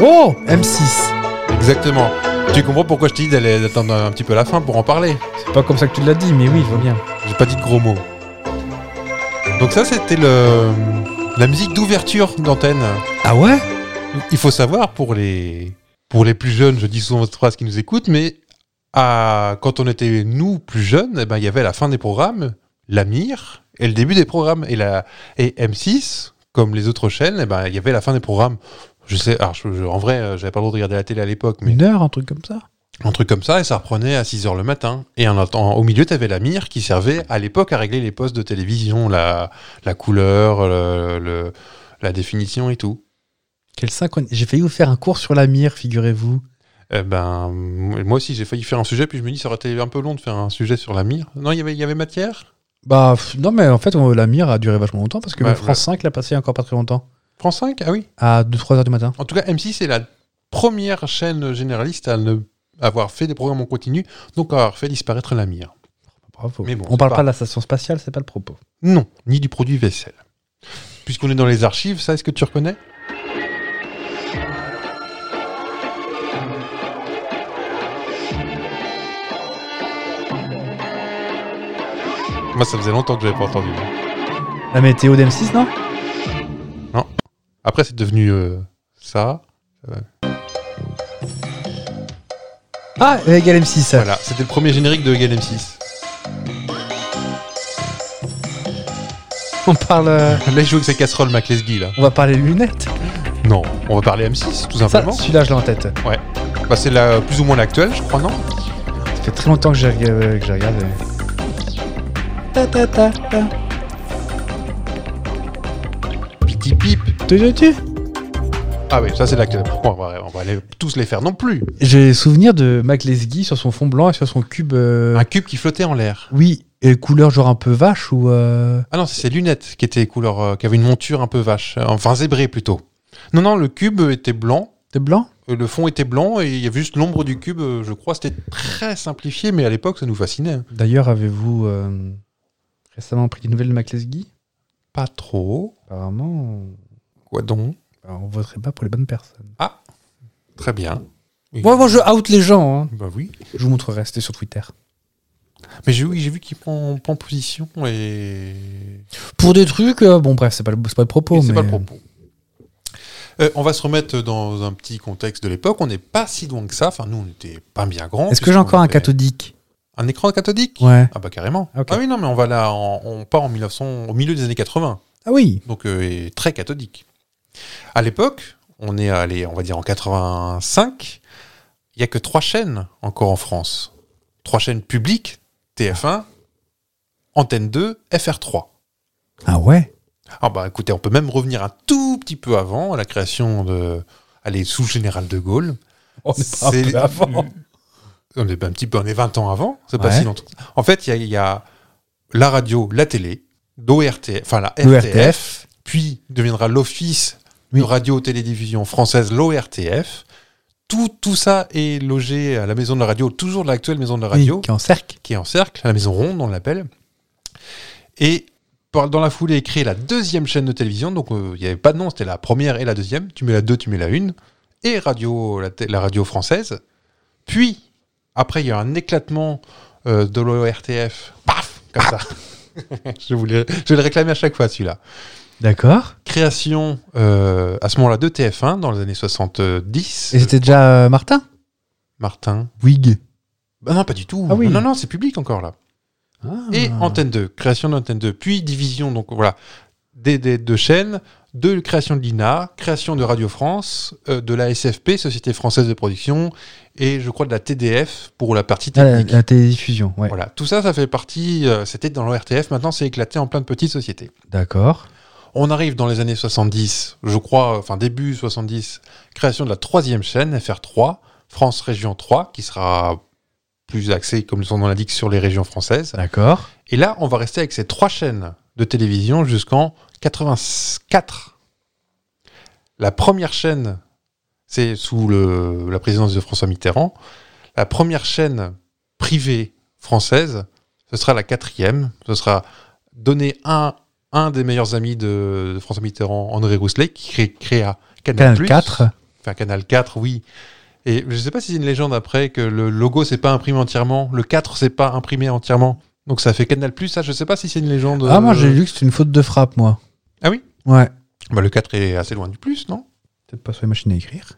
Oh M6 Exactement. Tu comprends pourquoi je te dis d'aller d'attendre un petit peu la fin pour en parler. C'est pas comme ça que tu l'as dit, mais oui, je vois bien. J'ai pas dit de gros mots. Donc ça, c'était le la musique d'ouverture d'antenne. Ah ouais Il faut savoir pour les pour les plus jeunes, je dis souvent cette phrase qui nous écoutent, mais à- quand on était nous plus jeunes, eh ben il y avait la fin des programmes, la mire et le début des programmes et la et M6 comme les autres chaînes, eh ben il y avait la fin des programmes. Je sais, alors, je- je- en vrai, euh, j'avais pas le droit de regarder la télé à l'époque, mais Une heure, un truc comme ça un truc comme ça, et ça reprenait à 6h le matin. Et en attendant, au milieu, t'avais la mire qui servait à l'époque à régler les postes de télévision, la, la couleur, le- le- la définition et tout. Quelle synchronie J'ai failli vous faire un cours sur la mire, figurez-vous. Eh ben, moi aussi, j'ai failli faire un sujet, puis je me dis, ça aurait été un peu long de faire un sujet sur la mire. Non, il y avait- il y avait matière Bah pff, non, mais en fait, on- la mire a duré vachement longtemps parce que Ouais, même France 5 l'a passé encore pas très longtemps. France 5 Ah oui. À 2-3 heures du matin. En tout cas, M6 est la première chaîne généraliste à ne avoir fait des programmes en continu, donc à avoir fait disparaître la mire. Bravo. Mais bon, on c'est parle pas- pas... de la station spatiale, c'est pas le propos. Non, ni du produit vaisselle. Puisqu'on est dans les archives, ça, est-ce que tu reconnais Moi, ça faisait longtemps que j'avais pas entendu. La météo d'M6, non Après, c'est devenu euh, ça. Ah, égal M6. ça. Voilà, c'était le premier générique de Egal M6. On parle. euh, Là, il joue avec ses casseroles, Mac Lesguy, là. On va parler lunettes. Non, on va parler M6, tout Ça, simplement. celui-là, je l'ai en tête. Bah, c'est la, plus ou moins l'actuelle, je crois, non Ça fait très longtemps que j'ai euh, que j'ai regardé. Ta ta ta ta. Piti Pip. Tu, tu, tu. Ah oui, ça, c'est l'actuelle. Bon, on va, on va les- tous les faire non plus. J'ai souvenir de Mac Lesguy sur son fond blanc et sur son cube. euh, Un cube qui flottait en l'air. Oui, et couleur genre un peu vache ou. euh, Ah non, c'est ses lunettes qui étaient couleur, euh, qui avait une monture un peu vache, euh, enfin zébrée plutôt. Non, non, le cube était blanc, de blanc euh, le fond était blanc et il y avait juste l'ombre du cube, euh, je crois, c'était très simplifié, mais à l'époque ça nous fascinait. hein. D'ailleurs, avez-vous euh, récemment pris des nouvelles de Mac Lesguy Pas trop. Apparemment, euh, Quoi donc on- on voterait pas pour les bonnes personnes. Très bien. Oui. Moi, je out les gens. hein. Bah oui. Je vous montrerai, c'était sur Twitter. Mais j'ai oui, j'ai vu qu'il prend, prend position et. Pour des trucs, euh, bon, bref, c'est pas, le- c'est pas le propos. et c'est mais- pas le propos. Euh, on va se remettre dans un petit contexte de l'époque. On n'est pas si loin que ça. Enfin, nous, on n'était pas bien grands. euh, Est-ce que j'ai encore un puisqu'on cathodique avait- Un écran cathodique Ouais. Ah bah carrément. Ok. Ah oui, non, mais on va là, en- on part en 1900, au milieu des années 80, Ah oui donc euh, et très cathodique. À l'époque, on est allé, on va dire en 85, il y a que trois chaînes encore en France. Trois chaînes publiques, TF1, Antenne 2, FR3. Ah ouais Ah bah écoutez, on peut même revenir un tout petit peu avant, à la création de... Allez, sous le général de Gaulle. On est pas un peu avant. On est un petit peu, on est 20 ans avant, c'est pas Ouais. si longtemps. En fait, il y, a- il y a la radio, la télé, l'ORTF, enfin la Le RTF, RTF. puis deviendra l'Office Oui. de radio-télédiffusion française, l'ORTF. Tout, tout ça est logé à la maison de la radio, toujours de l'actuelle maison de la radio, Oui, qui est en cercle. qui est en cercle, à la maison ronde, on l'appelle. Et par- dans la foulée est créée la deuxième chaîne de télévision, donc euh, il n'y avait pas de nom, c'était la première et la deuxième. Tu mets la deux, tu mets la une. Et radio, la, té- la radio française. Puis, après, il y a un éclatement euh, de l'ORTF. Paf Comme ça. je, voulais, je vais le réclamer à chaque fois, celui-là. D'accord. Création, euh, à ce moment-là, de TF1 dans les années 70. Et c'était déjà euh, Martin Martin. Wig. Bah non, pas du tout. Ah oui. Non, non, c'est public encore, là. Ah. Ah. Et Antenne 2, création d'Antenne 2, puis division, donc voilà, des, des deux chaînes, de création de l'INA, création de Radio France, euh, de la SFP, Société Française de Production, et je crois de la TDF pour la partie Ah, la, technique. la télédiffusion, ouais. Voilà, tout ça, ça fait partie, euh, c'était dans l'ORTF, maintenant c'est éclaté en plein de petites sociétés. D'accord. On arrive dans les années 70, je crois, euh, enfin début 70, création de la troisième chaîne, FR3, France Région 3, qui sera plus axée, comme son nom l'indique, sur les régions françaises. D'accord. Et là, on va rester avec ces trois chaînes de télévision jusqu'en 84. La première chaîne, c'est sous le- la présidence de François Mitterrand. La première chaîne privée française, ce sera la quatrième. Ce sera donné un, un des meilleurs amis de, de François Mitterrand, André Rousselet, qui crée- créa Canal, Canal 4. Enfin, Canal 4, oui. Et je sais pas si c'est une légende après que le logo, c'est pas imprimé entièrement. Le 4, c'est pas imprimé entièrement. Donc ça fait Canal Plus, ça, je sais pas si c'est une légende. Ah, moi euh, j'ai lu que c'était une faute de frappe, moi. Ah oui Ouais. Bah, le 4 est assez loin du plus, non Peut-être pas sur les machines à écrire.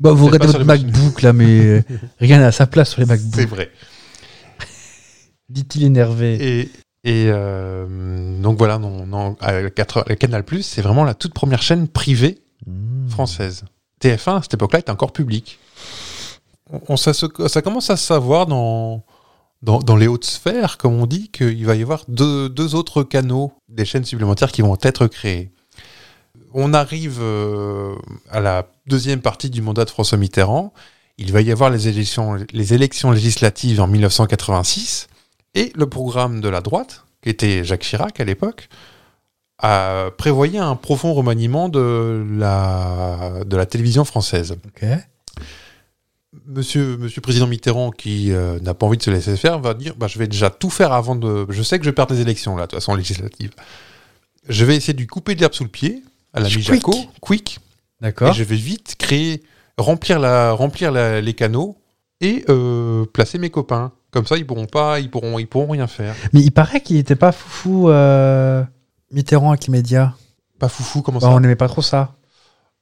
Bah, vous regardez pas sur votre les MacBook là, mais euh, rien n'a sa place sur les C'est MacBooks. vrai. Dit-il énervé. Et, et, euh, donc voilà, non, non, euh, 4 le Canal Plus, c'est vraiment la toute première chaîne privée Mmh. française. TF1, à cette époque-là, était encore public. On, on- ça, se- ça commence à se savoir dans, dans, dans les hautes sphères, comme on dit, qu'il va y avoir deux, deux autres canaux, des chaînes supplémentaires qui vont être créées. On arrive euh, à la deuxième partie du mandat de François Mitterrand. Il va y avoir les élections, les élections législatives en 1986 et le programme de la droite, qui était Jacques Chirac à l'époque, a prévoyait un profond remaniement de la, de la télévision française. Ok. Monsieur, monsieur président Mitterrand, qui euh, n'a pas envie de se laisser faire, va dire bah, Je vais déjà tout faire avant de. Je sais que je perds des élections, là, de toute façon, législative. Je vais essayer de lui couper de l'herbe sous le pied, à la Quick. Jaco, quick, et D'accord. je vais vite créer, remplir, la, remplir la- les canaux et euh, placer mes copains. Comme ça, ils pourront pas, ils pourront, ils pourront rien faire. Mais il paraît qu'il était pas foufou euh, Mitterrand avec les médias. Pas foufou, comment Bah, ça on n'aimait pas trop ça.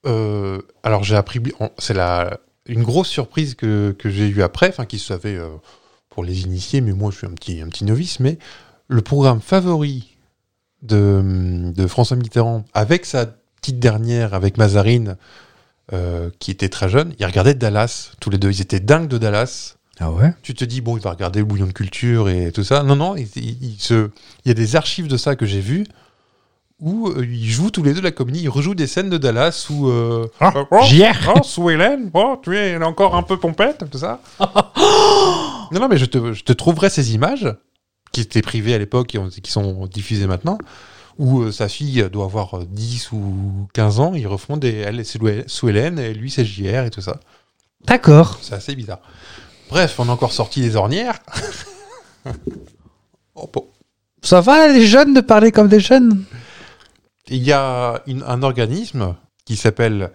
Euh, alors j'ai appris, on- c'est la une grosse surprise que, que j'ai eue après, enfin qui se savait euh, pour les initiés, mais moi je suis un petit un petit novice, mais le programme favori de, de François Mitterrand avec sa petite dernière avec Mazarine euh, qui était très jeune, ils regardaient Dallas tous les deux, ils étaient dingues de Dallas. Ah ouais Tu te dis bon il va regarder le bouillon de culture et tout ça, non non, il, il- il se, il y a des archives de ça que j'ai vu où euh, ils jouent tous les deux la comédie, ils rejouent des scènes de Dallas où euh, euh, oh, JR Oh, sous Hélène, oh, tu es elle est encore un peu pompette, tout ça. non, non, mais je te, je te trouverai ces images, qui étaient privées à l'époque, qui, ont- qui sont diffusées maintenant, où euh, sa fille doit avoir euh, 10 ou 15 ans, ils refont des. Elle, c'est Lou- sous Hélène, et lui, c'est JR et tout ça. D'accord. C'est assez bizarre. Bref, on a encore sorti les ornières. Oh, bon. Ça va les jeunes de parler comme des jeunes Il y a une- un organisme qui s'appelle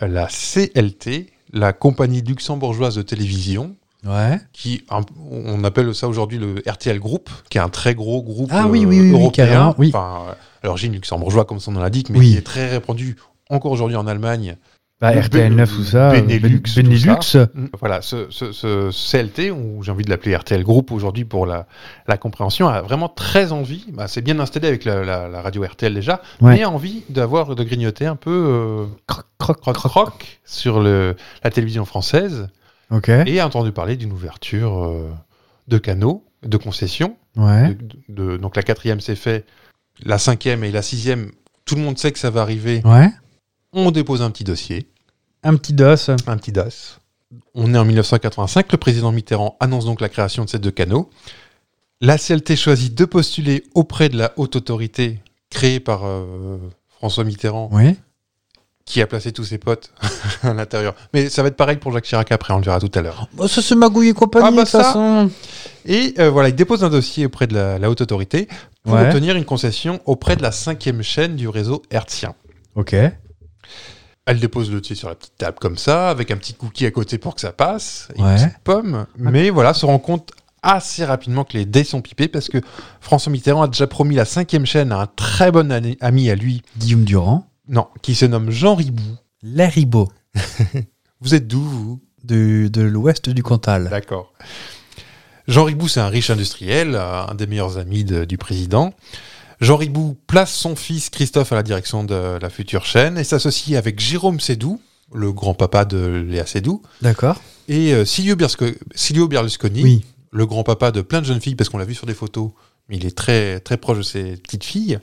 la CLT, la compagnie luxembourgeoise de télévision, Ouais. qui un- on appelle ça aujourd'hui le RTL Group, qui est un très gros groupe Ah oui, euh, oui, oui, oui, européen, carrément, oui. enfin euh, à l'origine luxembourgeois comme son nom l'indique, mais Oui. qui est très répandu encore aujourd'hui en Allemagne. Bah, Le RTL 9 ou ça. euh, Benelux, Ben- tout Benelux. Mm. Voilà, ce, ce- ce CLT, ou j'ai envie de l'appeler RTL Group aujourd'hui pour la, la compréhension, a vraiment très envie, bah, c'est bien installé avec la, la- la radio RTL déjà, Ouais. mais a envie d'avoir, de grignoter un peu euh, Croc, croc, croc, croc sur le, la télévision française, Ok. et a entendu parler d'une ouverture euh, de canaux, de concessions, euh, Ouais. de- de- donc la quatrième c'est fait, la cinquième et la sixième, tout le monde sait que ça va arriver. Ouais. On dépose un petit dossier, Un petit dos. un petit DAS. On est en 1985, le président Mitterrand annonce donc la création de ces deux canaux. La CLT choisit de postuler auprès de la haute autorité créée par euh, François Mitterrand, Oui. qui a placé tous ses potes à l'intérieur. Mais ça va être pareil pour Jacques Chirac après, on le verra tout à l'heure. Bon, Bah, ça, c'est Magouille et compagnie, Ah, bah, de toute ça. façon. Et euh, voilà, il dépose un dossier auprès de la, la haute autorité pour Ouais. obtenir une concession auprès de la cinquième chaîne du réseau hertzien. Ok. Elle dépose le dossier sur la petite table comme ça, avec un petit cookie à côté pour que ça passe, et Ouais. une petite pomme. Mais voilà, se rend compte assez rapidement que les dés sont pipés parce que François Mitterrand a déjà promis la cinquième chaîne à un très bon ani- ami à lui, Guillaume Durand. non, qui se nomme Jean Ribou. Laribo. Vous êtes d'où, vous De, de l'ouest du Cantal. D'accord. Jean Ribou, c'est un riche industriel, euh, un des meilleurs amis de- du président. Jean Ribou place son fils Christophe à la direction de la future chaîne et s'associe avec Jérôme Sédou, le grand-papa de Léa Sédou, D'accord. et euh, Silvio, Berlusco- Silvio Berlusconi, Oui. le grand-papa de plein de jeunes filles, parce qu'on l'a vu sur des photos, mais il est très, très proche de ses petites filles.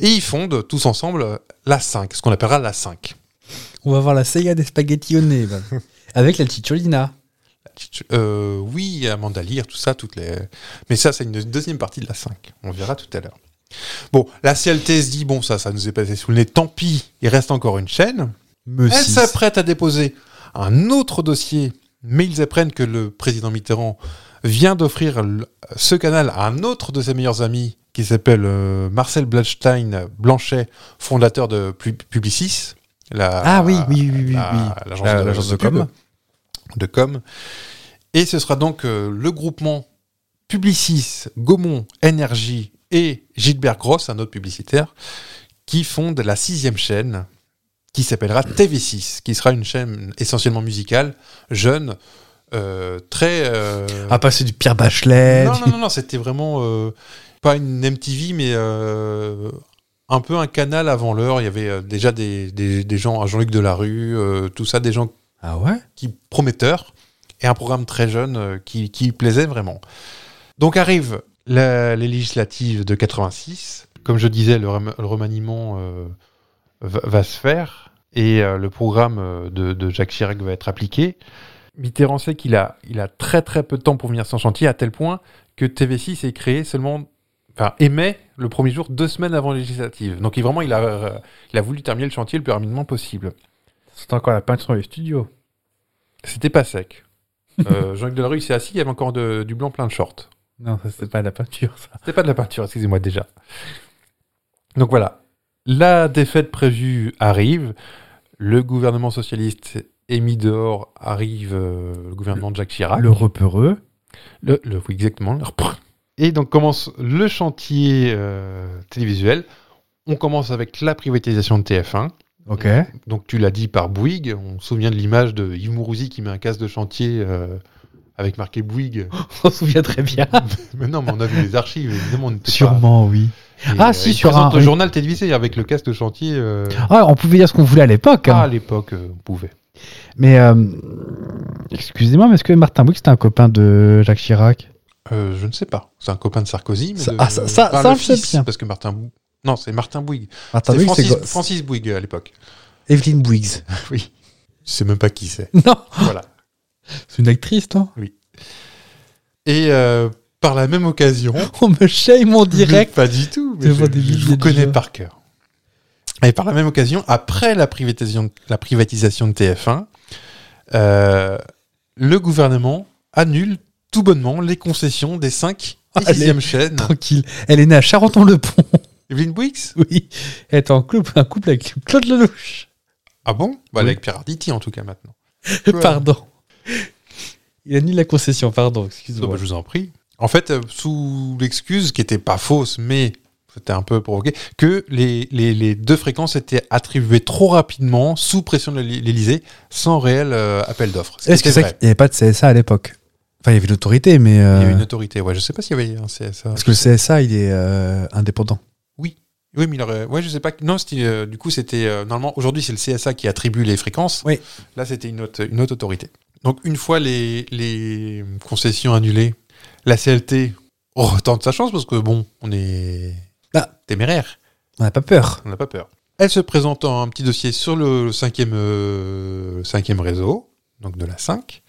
Et ils fondent tous ensemble euh, la 5, ce qu'on appellera la 5. On va voir la Sega des spaghettis au nez. bah. Avec la Cicciolina. Euh, oui, Amanda Lear, tout ça, toutes les. Mais ça, c'est une deuxième partie de la 5. On verra tout à l'heure. Bon, la CLT se dit bon, ça, ça nous est passé sous le nez. Tant pis, il reste encore une chaîne. Me Elle six. s'apprête à déposer un autre dossier, mais ils apprennent que le président Mitterrand vient d'offrir l- ce canal à un autre de ses meilleurs amis qui s'appelle euh, Marcel Blastein Blanchet, fondateur de Pu- Publicis. la- Ah oui, oui, oui, oui. oui. la- l'agence La- de, l'agence de de pub. com. De com. Et ce sera donc euh, le groupement Publicis, Gaumont, Énergie et Gilbert Gross, un autre publicitaire, qui fonde la sixième chaîne qui s'appellera TV6, qui sera une chaîne essentiellement musicale, jeune, euh, très... euh, À passer du Pierre Bachelet. non, non, non, non, c'était vraiment euh, pas une MTV, mais euh, un peu un canal avant l'heure. Il y avait euh, déjà des, des- des gens, un Jean-Luc Delarue, euh, tout ça, des gens Ah ouais qui prometteur et un programme très jeune euh, qui, qui plaisait vraiment. Donc arrive la- les législatives de 86. Comme je disais, le, rem- le remaniement euh, va, va se faire et euh, le programme euh, de, de Jacques Chirac va être appliqué. Mitterrand sait qu'il a, il a très très peu de temps pour venir sans chantier, à tel point que TV6 est créé seulement, enfin émet le premier jour deux semaines avant les législatives. Donc il, vraiment, il a, euh, il a voulu terminer le chantier le plus rapidement possible. C'est encore la peinture dans les studios. C'était pas sec. Euh, Jean-Luc Delarue, il s'est assis, il y avait encore de- du blanc plein de shorts. Non, ça, c'est pas de la peinture, ça. C'était pas de la peinture, excusez-moi déjà. Donc voilà. La défaite prévue arrive. Le gouvernement socialiste est mis dehors, arrive euh, le gouvernement de Jacques Chirac. Le repeureux. Le- le- oui, exactement. le reprend. Et donc commence le chantier euh, télévisuel. On commence avec la privatisation de TF1. Ok. Donc tu l'as dit par Bouygues, on se souvient de l'image de Yves Mourouzi qui met un casque de chantier euh, avec marqué Bouygues. On se souvient très bien. mais non, mais on a vu les archives, évidemment. on ne peut Sûrement, oui. pas. Et, Ah, euh, si, il sur présente un- le journal télévisé avec le casque de chantier. euh, Ah, on pouvait dire ce qu'on voulait à l'époque. ah, hein. à l'époque, euh, on pouvait. Mais, euh, excusez-moi, mais est-ce que Martin Bouygues, c'était un copain de Jacques Chirac Euh, je ne sais pas. C'est un copain de Sarkozy. Mais Ça- de- ah, ça- ça- enfin, ça, le je sais fils, bien. Parce que Martin. Bou- Non, c'est Martin Bouygues. Martin C'est Bouygues, c'est Francis, go- Francis Bouygues à l'époque. Evelyne Bouygues. Oui. Je sais même pas qui c'est. Non, voilà. c'est une actrice, toi Et euh, par la même occasion. On me shame en direct. Mais Pas du tout. mais Je je, vois des je milliers vous de connais gens. par cœur. Et par la même occasion, après la privatisation, la privatisation de TF1, euh, le gouvernement annule tout bonnement les concessions des 5 et Allez. 6e chaînes. Tranquille. Elle est née à Charenton-le-Pont, Evelyne Bouix oui. Elle était en couple, un couple avec Claude Lelouch. Ah bon Oui. bah, Avec Pierre Arditi en tout cas maintenant. Ouais. Pardon. Il annule la concession, pardon, Non, bah, excuse-moi. je vous en prie. En fait, euh, sous l'excuse qui n'était pas fausse, mais c'était un peu provoqué, que les, les- les deux fréquences étaient attribuées trop rapidement, sous pression de l'É- l'Élysée, sans réel euh, appel d'offres. Ce qui Est-ce que était c'est vrai. qu'il n'y avait pas de CSA à l'époque Enfin, il y avait l'autorité, mais. Il y a euh, eu une autorité. Ouais, je sais pas s'il y avait un CSA. Parce que le CSA, il est euh, indépendant. Oui, mais il aurait- ouais, je sais pas. Non, c'était, euh, du coup, c'était euh, normalement aujourd'hui c'est le CSA qui attribue les fréquences. Oui. Là, c'était une autre, une autre autorité. Donc une fois les, les concessions annulées, la CLT retente sa chance parce que bon, on est Ah. téméraire, On n'a pas peur. on n'a pas peur. Elle se présente en un petit dossier sur le cinquième, euh, cinquième réseau, donc de la 5.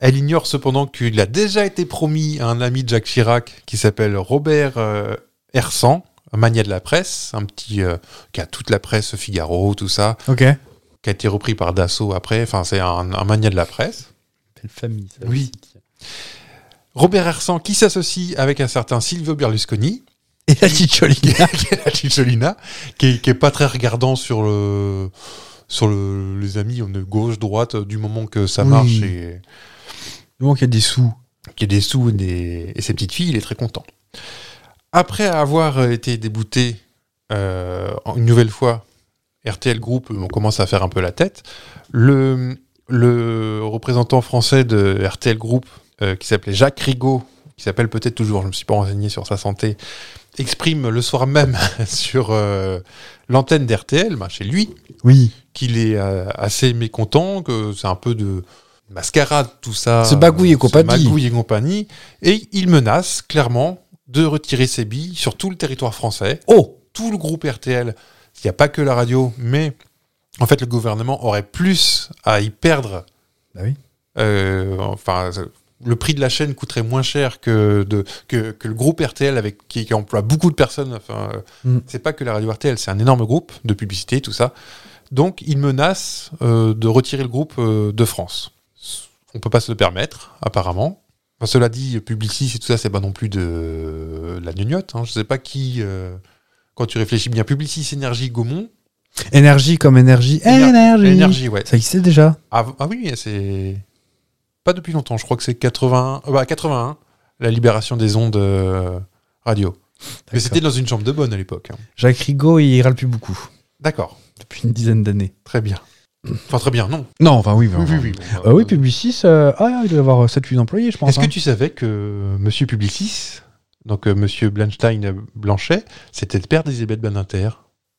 Elle ignore cependant qu'il a déjà été promis à un ami de Jacques Chirac qui s'appelle Robert euh, Hersan, un mania de la presse, un petit euh, qui a toute la presse Figaro, tout ça, Ok. Belle qui a été repris par Dassault après. Enfin, c'est un, un mania de la presse. famille, ça. Oui. Robert Hersan qui s'associe avec un certain Silvio Berlusconi, Et la Cicciolina. qui est la Cicciolina, qui est, qui est pas très regardant sur le sur le- les amis on est gauche droite du moment que ça Oui. marche et Le moment qu'il y a des sous. qui a des sous et, des- et ses petites filles, il est très content. Après avoir été débouté euh, en- une nouvelle fois, RTL Group, on commence à faire un peu la tête. Le, le représentant français de RTL Group, euh, qui s'appelait Jacques Rigaud, qui s'appelle peut-être toujours, je ne me suis pas renseigné sur sa santé, exprime le soir même sur euh, l'antenne d'RTL, ben, chez lui, Oui. qu'il est euh, assez mécontent, que c'est un peu de mascarade tout ça. Se bagouille et Se compagnie. bagouille et compagnie. Et il menace clairement de retirer ses billes sur tout le territoire français. Oh Tout le groupe RTL, il n'y a pas que la radio, mais en fait le gouvernement aurait plus à y perdre. Bah oui. Euh, enfin, le prix de la chaîne coûterait moins cher que, de, que, que le groupe RTL avec qui, qui emploie beaucoup de personnes. Enfin, euh, Mm. c'est pas que la radio RTL, c'est un énorme groupe de publicité, tout ça. Donc, il menace euh, de retirer le groupe euh, de France. On peut pas se le permettre, apparemment. Enfin, cela dit, Publicis et tout ça, c'est pas non plus de de la gnognotte. Hein. Je sais pas qui. euh, quand tu réfléchis bien, Publicis, Énergie, Gaumont. Énergie comme énergie. Éner- Énergie. Énergie, ouais. Ça existe déjà. Ah, ah oui, c'est pas depuis longtemps. Je crois que c'est 81, euh, bah, 81, la libération des ondes euh, radio. Mais c'était dans une chambre de bonne à l'époque. hein. Jacques Rigaud, il râle plus beaucoup. D'accord, Depuis une dizaine d'années. très bien. Enfin, très bien, non. Non, enfin Ah oui. enfin, bon, Euh, oui, euh, Publicis, euh, ah, il doit avoir 7-8 employés, je pense. Est-ce que hein. tu savais que euh, Monsieur Publicis, donc euh, Monsieur Blanstein Blanchet, c'était le père d'Elisabeth Badinter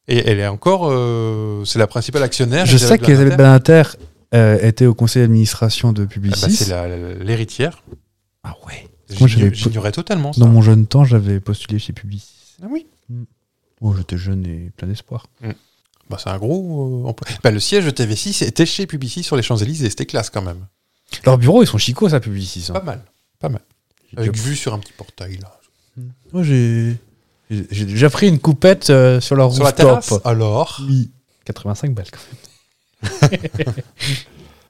Et elle est encore, euh, c'est la principale actionnaire. Je sais Elisabeth qu'Elisabeth Badinter. Badinter euh, était au conseil d'administration de Ah bah, Publicis. c'est la- la- l'héritière. Ah ouais. Moi, j'avais J'igno- pas- J'ignorais totalement ça. Dans mon jeune temps, j'avais postulé chez Publicis. Ah oui. Oh, j'étais jeune et plein d'espoir. Bah, c'est un gros euh, emploi. Bah, le siège de TV6 était chez Publicis sur les Champs-Élysées. C'était classe quand même. Leurs bureaux, ils sont chicots, ça, Publicis. hein. Pas mal. Avec vue sur un petit portail. Là. Moi, j'ai. j'ai- J'ai déjà pris une coupette euh, sur leur Sur la rooftop. terrasse, alors. Oui. 85 balles, quand même.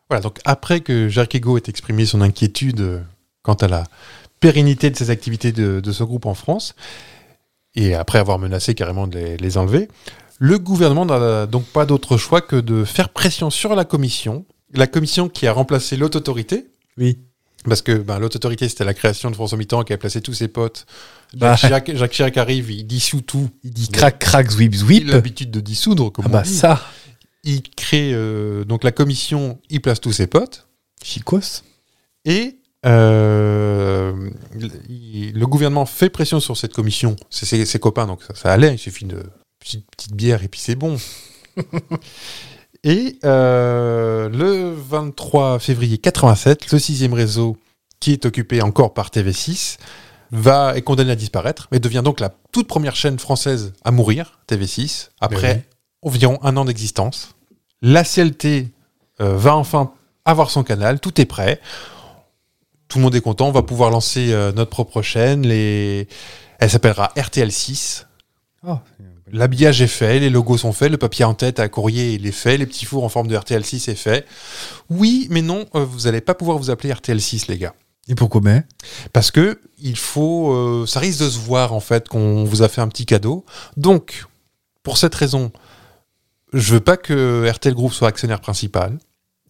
Voilà, donc après que Jacques Ego ait exprimé son inquiétude euh, quant à la pérennité de ses activités de, de ce groupe en France, et après avoir menacé carrément de les, les enlever, le gouvernement n'a donc pas d'autre choix que de faire pression sur la commission, la commission qui a remplacé l'autre autorité. Oui. Parce que ben, l'autre autorité, c'était la création de François Mitterrand qui a placé tous ses potes. Bah. Jacques, Chirac- Jacques Chirac arrive, il dissout tout. Il dit crac, crac, zwip, Il a zwip. l'habitude de dissoudre, comme Ah on bah, dit. ça. Il crée euh, donc la commission, il place tous ses potes. Chicos. Et euh, il- le gouvernement fait pression sur cette commission. C'est ses, ses copains, donc ça, ça allait. Il suffit de petite, petite bière et puis c'est bon. et euh, le 23 février 87, le sixième réseau, qui est occupé encore par TV6, va est condamné à disparaître et devient donc la toute première chaîne française à mourir, TV6, après environ un an d'existence. La CLT euh, va enfin avoir son canal, tout est prêt tout le monde est content. On va pouvoir lancer euh, notre propre chaîne. Les... Elle s'appellera RTL6. L'habillage est fait, les logos sont faits, le papier en tête à courrier il est fait, les petits fours en forme de RTL6 est fait. Oui, mais non, euh, vous n'allez pas pouvoir vous appeler RTL6, les gars. Et pourquoi mais Parce que il faut, euh, ça risque de se voir en fait qu'on vous a fait un petit cadeau. Donc, pour cette raison, je veux pas que RTL Group soit actionnaire principal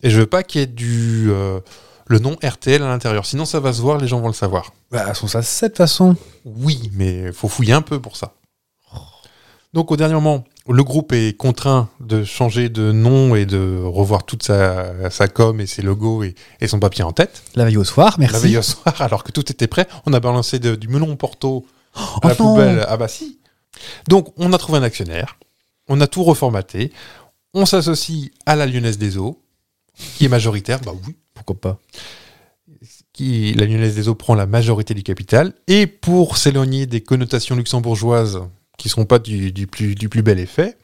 et je veux pas qu'il y ait du euh, le nom RTL à l'intérieur. Sinon, ça va se voir, les gens vont le savoir. Bah, elles sont ça, c'est de toute façon. Oui, mais faut fouiller un peu pour ça. Donc au dernier moment, le groupe est contraint de changer de nom et de revoir toute sa, sa com et ses logos et, et son papier en tête. La veille au soir, La merci. veille au soir, alors que tout était prêt, on a balancé de- du melon porto à la Oh non. poubelle. Ah bah si. Donc on a trouvé un actionnaire, on a tout reformaté, on s'associe à la Lyonnaise des Eaux, qui est majoritaire, bah oui Pourquoi pas qui, la Lyonnaise des Eaux prend la majorité du capital. Et pour s'éloigner des connotations luxembourgeoises qui ne seront pas du, du plus, du plus bel effet,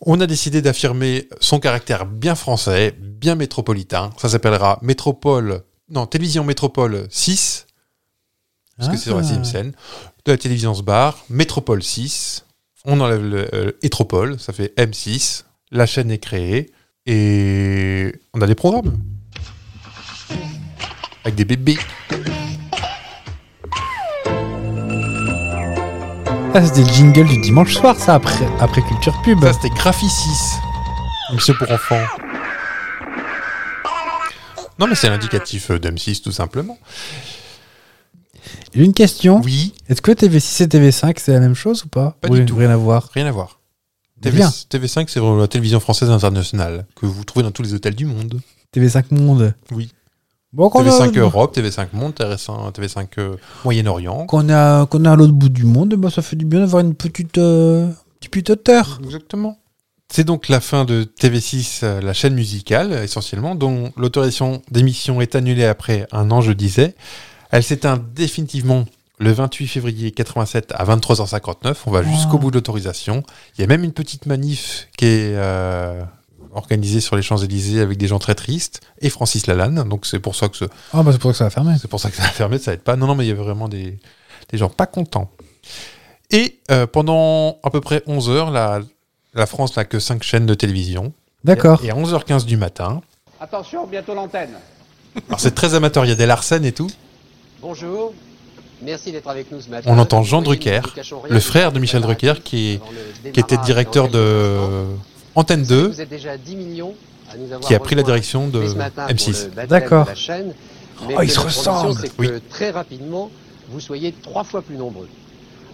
on a décidé d'affirmer son caractère bien français, bien métropolitain. Ça s'appellera Métropole, non, Télévision Métropole 6, parce que c'est sur la Ah. sixième scène, de la télévision se barre, Métropole 6, on enlève le euh, Étropole, ça fait M6, la chaîne est créée, et on a des programmes. Avec des bébés. Ah, c'est des jingles du dimanche soir, ça, après, après Culture Pub. Ça, c'était Graphicis. Monsieur pour enfants. Non, mais c'est l'indicatif euh, d'M6, tout simplement. J'ai une question. Oui, Est-ce que TV6 et TV5, c'est la même chose ou pas Pas Oui, du tout. Rien à voir. rien à voir. TV, Bien. TV5, c'est euh, la télévision française internationale que vous trouvez dans tous les hôtels du monde. TV5 Monde. Oui. Bon, qu'on a- TV5 Europe, TV5 Monde, TV5, euh, Moyen-Orient. Qu'on est à, qu'on est à l'autre bout du monde, bah, ça fait du bien d'avoir une petite, euh, petite putain de terre. Exactement. C'est donc la fin de TV6, euh, la chaîne musicale essentiellement, dont l'autorisation d'émission est annulée après un an, je disais. Elle s'éteint définitivement le 28 février 87 à 23h59. On va jusqu'au bout de l'autorisation. Il y a même une petite manif qui est euh, organisée sur les Champs-Élysées avec des gens très tristes et Francis Lalanne. Donc c'est pour ça que ce- Ah, bah, c'est pour ça que ça va fermer. c'est pour ça que ça a fermé, ça aide pas. Non, non, mais il y avait vraiment des, des gens pas contents. Et euh, pendant à peu près 11 heures, la, la France n'a que 5 chaînes de télévision. D'accord. Et à 11h15 du matin, Attention, bientôt l'antenne. alors c'est très amateur, il y a des Larsen et tout. Bonjour. Merci d'être avec nous ce matin. On entend Jean Nous ne Drucker, cachons rien le de frère notre de Michel préparation Drucker qui, est- avant le qui était démarrage directeur dans quelques instants. de Antenne Vous 2, êtes déjà 10 millions à nous avoir qui a pris la rejoints direction de dès ce matin pour M6. le baptême D'accord. de la chaîne. Mais Oh, ils que se notre ambition, ressemblent. C'est que Oui. très rapidement, vous soyez trois fois plus nombreux.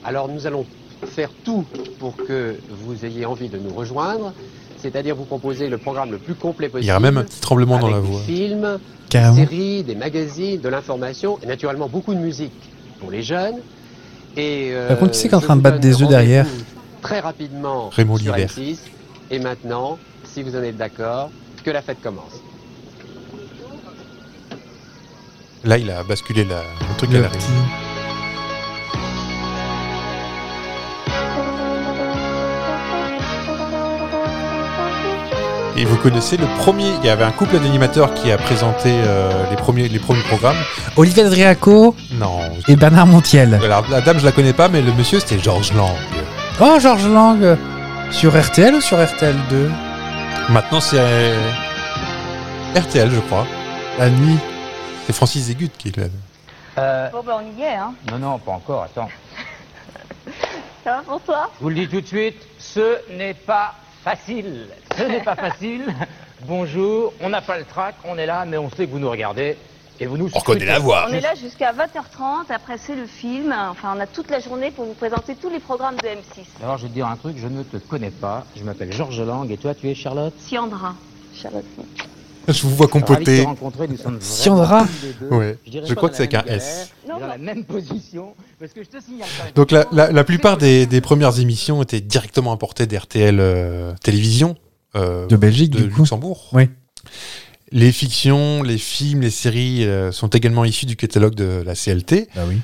Alors nous allons faire tout pour que vous ayez envie de nous rejoindre, c'est-à-dire vous proposer le programme le plus complet Il possible. y a même un petit tremblement dans avec la des voix. films, des Carrément. séries, des magazines, de l'information, et naturellement beaucoup de musique pour les jeunes. Et, euh, Par contre, qui c'est qui est en je train de vous battre donne des œufs rendez-vous derrière Très rapidement Raymond sur Lillers. M6. Et maintenant, si vous en êtes d'accord, que la fête commence. Là, il a basculé la- le truc à Le la petit- régie. Et vous connaissez le premier, il y avait un couple d'animateurs qui a présenté euh, les, premiers, les premiers programmes. Olivier Adriaco Non. et Bernard Montiel. Alors, la dame, je la connais pas, mais le monsieur, c'était Georges Lang. Oh, Georges Lang Sur RTL ou sur RTL2 Maintenant, c'est euh, RTL, je crois. La nuit. C'est Francis Zégut qui l'a. Bon, ben on y est, hein. Euh, Non, non, pas encore, attends. Ça va pour toi Je vous le dis tout de suite, ce n'est pas facile. Ce n'est pas facile. Bonjour, on n'a pas le trac, on est là, mais on sait que vous nous regardez et vous nous scrutez. voix. On est là jusqu'à 20h30, après c'est le film. Enfin, on a toute la journée pour vous présenter tous les programmes de M6. D'abord, je vais te dire un truc, je ne te connais pas. Je m'appelle Georges Lang et toi, tu es Charlotte Siandra. Charlotte. Je vous vois Ravi de compoter. te rencontrer, nous sommes vraiment Siandra tous les deux. Ouais. dirais Je pas crois dans que c'est la qu'un même S. galère, Non, Dans non. la même position, parce que je te signale quand même. Donc, la, la- la plupart des, des premières émissions étaient directement importées d'RTL Télévision. euh, De Belgique, de du coup. Luxembourg. Oui. Les fictions, les films, les séries euh, sont également issus du catalogue de la CLT. Bah oui.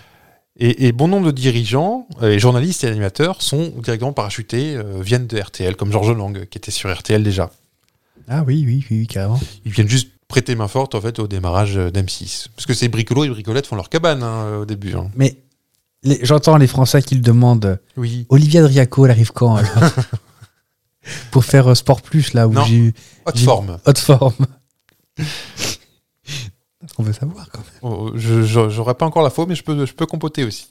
Et, et bon nombre de dirigeants, euh, et journalistes et animateurs sont directement parachutés, euh, viennent de RTL, comme Georges Lang, qui était sur RTL déjà. Ah oui, oui, oui, oui, carrément. Ils viennent juste prêter main forte en fait, au démarrage euh, d'M6. Parce que ces bricolos et bricolettes font leur cabane hein, au début. hein. Mais les- j'entends les Français qui le demandent. Oui. Olivier Adriaco, elle arrive quand alors Pour faire euh, Sport Plus, là, où Non. j'ai eu Haute Jim- forme. haute forme. On veut savoir quand même. Oh, Je je- j'aurais pas encore la faux, mais je peux, je peux compoter aussi.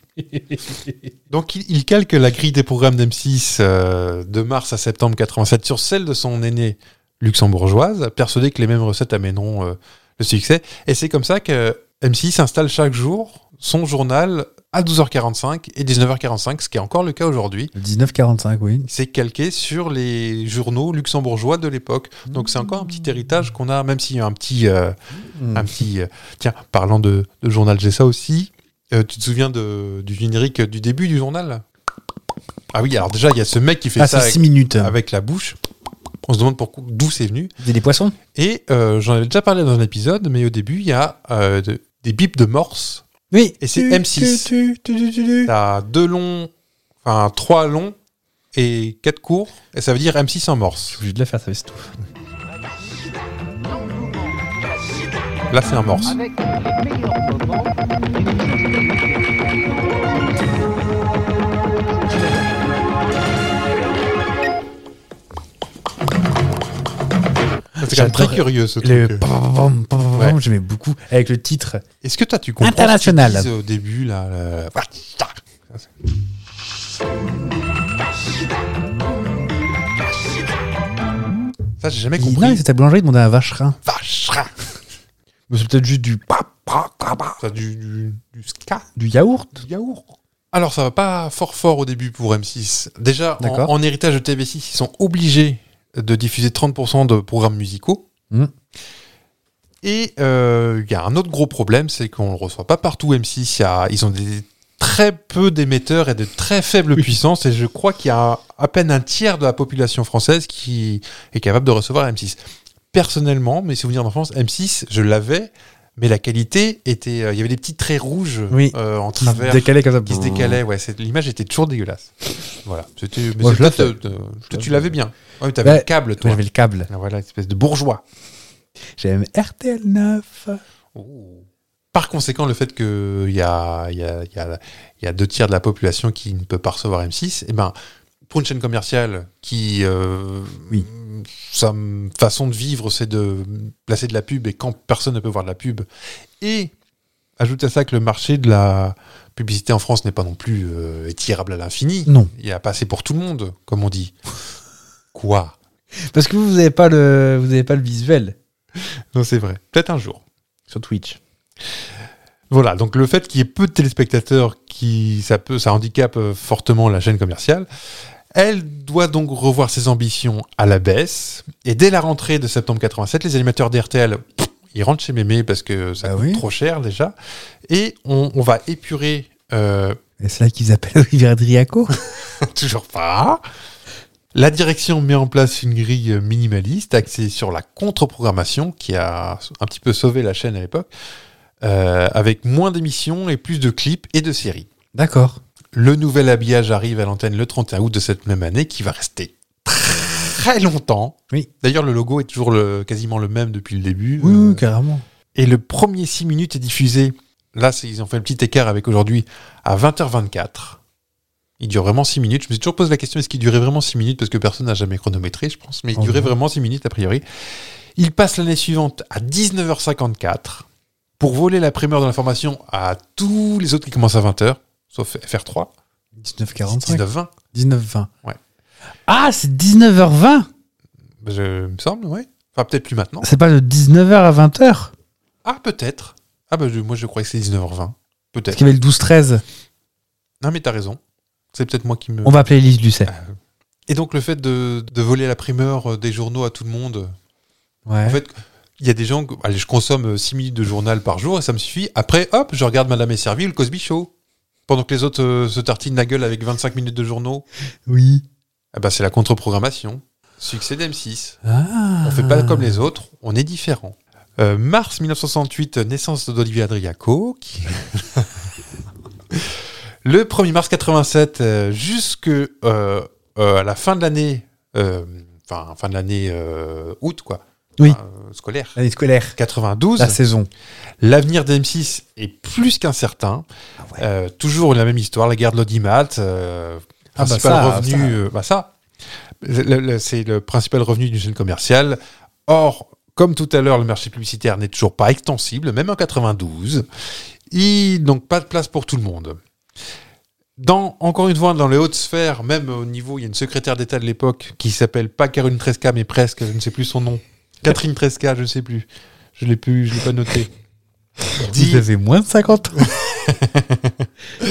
Donc, il, il calque la grille des programmes d'M6 euh, de mars à septembre 87 sur celle de son aînée luxembourgeoise, persuadé que les mêmes recettes amèneront euh, le succès. Et c'est comme ça que M6 installe chaque jour son journal à 12h45 et 19h45, ce qui est encore le cas aujourd'hui. 19h45, oui. C'est calqué sur les journaux luxembourgeois de l'époque. Donc, c'est encore un petit héritage qu'on a, même s'il y a un petit. euh, Mm. un petit. euh, tiens, parlant de, de journal, j'ai ça aussi. Euh, tu te souviens de- du générique du début du journal Ah oui, alors déjà, il y a ce mec qui fait Ah, ça c'est avec, 6 minutes. avec la bouche. On se demande pourquoi- d'où c'est venu. C'est des poissons Et euh, j'en avais déjà parlé dans un épisode, mais au début, il y a euh, de- des bips de morse. Oui. Et c'est Tu, M6. tu, tu, tu, tu, tu. T'as deux longs, enfin trois longs et quatre courts, et ça veut dire M6 en morse. Je suis obligé de la faire, ça va, c'est tout. Là, c'est un morse. Avec les meilleurs moments. C'est quand même très J'adore curieux ce Le truc. pam, pam, pam, pam, Ouais. j'aimais beaucoup. Avec le titre. Est-ce que toi, tu comprends International. ce qu'ils disent au début là le- Ah, Ça, j'ai jamais Il dit, non, compris. c'était à boulangerie, il demandait un vacherin. Vacherin. Mais c'est peut-être juste du, Ça, du, du, du ska, du yaourt. du yaourt. Alors, ça va pas fort fort au début pour M6. Déjà, en, D'accord. en héritage de TV6, ils Hmm. sont obligés de diffuser 30% de programmes musicaux. Mhm. Et euh, il y a un autre gros problème, c'est qu'on ne le reçoit pas partout M6. Il y a- ils ont des très peu d'émetteurs et de très faibles puissances. Et je crois qu'il y a à peine un tiers de la population française qui est capable de recevoir M6. Personnellement, mes souvenirs d'enfance, M6, je l'avais, mais la qualité était. euh, il y avait des petits traits rouges Oui. euh, en Qui se travers décalait comme ça. qui se décalait. Ouais, c'est- l'image était toujours dégueulasse. Voilà. C'était, mais Moi, c'est je l'ai peut-être, euh, tu- tu l'avais bien. Ouais, mais t'avais Ouais. le câble, toi. J'avais le câble. Ah, Voilà, espèce de bourgeois. J'avais même RTL 9. Par conséquent, le fait qu'il y a, il y, a, il y, a, il y a deux tiers de la population qui ne peut pas recevoir M6, eh ben, pour une chaîne commerciale qui. euh, Sa m- façon de vivre, c'est de placer de la pub et quand personne ne peut voir de la pub. Et ajoute à ça que le marché de la publicité en France n'est pas non plus euh, étirable à l'infini. Non. Il y a pas assez pour tout le monde, comme on dit. Quoi Parce que vous, vous avez pas le, vous avez pas le visuel Non, c'est vrai. Peut-être un jour. sur Twitch. Voilà, donc le fait qu'il y ait peu de téléspectateurs, qui, ça, peut, ça handicape euh, fortement la chaîne commerciale. Elle doit donc revoir ses ambitions à la baisse. Et dès la rentrée de septembre 87, les animateurs d'RTL, ils rentrent chez Mémé parce que ça Ah coûte oui. trop cher déjà. Et on, on va épurer, euh, Et c'est là qu'ils appellent Olivier Adriaco. toujours pas. La direction met en place une grille minimaliste axée sur la contre-programmation qui a un petit peu sauvé la chaîne à l'époque, euh, avec moins d'émissions et plus de clips et de séries. D'accord. Le nouvel habillage arrive à l'antenne le 31 août de cette même année, qui va rester très longtemps. Oui. D'ailleurs, le logo est toujours le, quasiment le même depuis le début. Oui, Euh, oui, carrément. et le premier 6 minutes est diffusé. Là, c'est- ils ont fait un petit écart avec aujourd'hui à 20h24. Il dure vraiment 6 minutes. Je me suis toujours posé la question est-ce qu'il durait vraiment 6 minutes Parce que personne n'a jamais chronométré, je pense. Mais il Oh durait non. vraiment 6 minutes, a priori. Il passe l'année suivante à 19h54 pour voler la primeur de l'information à tous les autres qui commencent à 20h, sauf FR3. 19h45. 19h20, 19h20. Ah, c'est 19h20 je, il me semble, oui. Enfin, peut-être plus maintenant. C'est pas de 19h à 20h Ah, peut-être. Ah, bah, je- moi, je croyais que c'est 19h20. Parce Peut-être. qu'il y avait le 12-13. Non, mais t'as raison. C'est peut-être moi qui me. On va appeler Elise Lucet. Et donc le fait de, de voler la primeur euh, des journaux à tout le monde, Ouais. en fait, il y a des gens, que- allez, je consomme 6 minutes de journal par jour et ça me suffit. Après, hop, je regarde Madame est servie, le Cosby Show. Pendant que les autres euh, se tartinent la gueule avec 25 minutes de journaux, Oui. eh ben, c'est la contre-programmation. Succès d'M6. Ah. On fait Euh. pas comme les autres, on est différent. Euh, mars 1968, naissance d'Olivier Adriaco. qui- le 1er mars 87, euh, jusque euh, euh, à la fin de l'année, euh, enfin fin de l'année euh, août quoi, Oui. Enfin, euh, scolaire. L'année scolaire. 92, La saison. l'avenir d'M6 est plus qu'incertain. Ah ouais. Euh, toujours la même histoire, la guerre de l'audimat, euh, Ah bah principal ça, revenu, euh, bah ça, Le- le- c'est le principal revenu d'une chaîne commerciale. Or, comme tout à l'heure, le marché publicitaire n'est toujours pas extensible, même en 92. Il donc pas de place pour tout le monde. Dans, encore une fois, dans les hautes sphères, même au niveau, il y a une secrétaire d'État de l'époque qui s'appelle pas Caroline Tresca, mais presque, je ne sais plus son nom. Catherine Tresca, je ne sais plus. Je l'ai plus, je l'ai pas noté. Dit- Vous avez moins de 50 ans.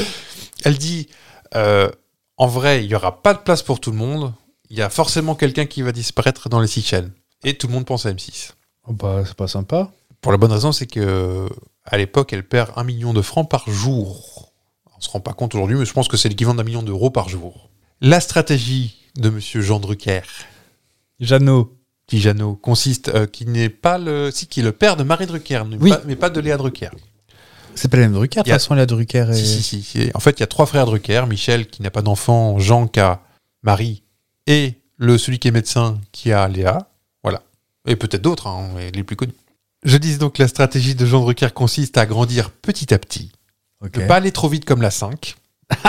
Elle dit euh, en vrai, il n'y aura pas de place pour tout le monde. Il y a forcément quelqu'un qui va disparaître dans les six chaînes. Et tout le monde pense à M6. bah, c'est pas sympa. Pour la bonne raison, c'est que à l'époque, elle perd un million de francs par jour. On se rend pas compte aujourd'hui, mais je pense que c'est l'équivalent d'un million d'euros par jour. La stratégie de Monsieur Jean Drucker, Jeannot. qui Jeannot, consiste, euh, qui n'est pas le, si qui est le père de Marie Drucker, mais, Oui. pas, mais pas de Léa Drucker. C'est pas la même Drucker. De toute Y a- façon, la Drucker est. Si, si, si, si. En fait, il y a trois frères Drucker, Michel qui n'a pas d'enfant, Jean qui a Marie, et le celui qui est médecin qui a Léa. Voilà. Et peut-être d'autres, hein, mais les plus connus. Je dis donc que la stratégie de Jean Drucker consiste à grandir petit à petit, Ok. ne pas aller trop vite comme la 5.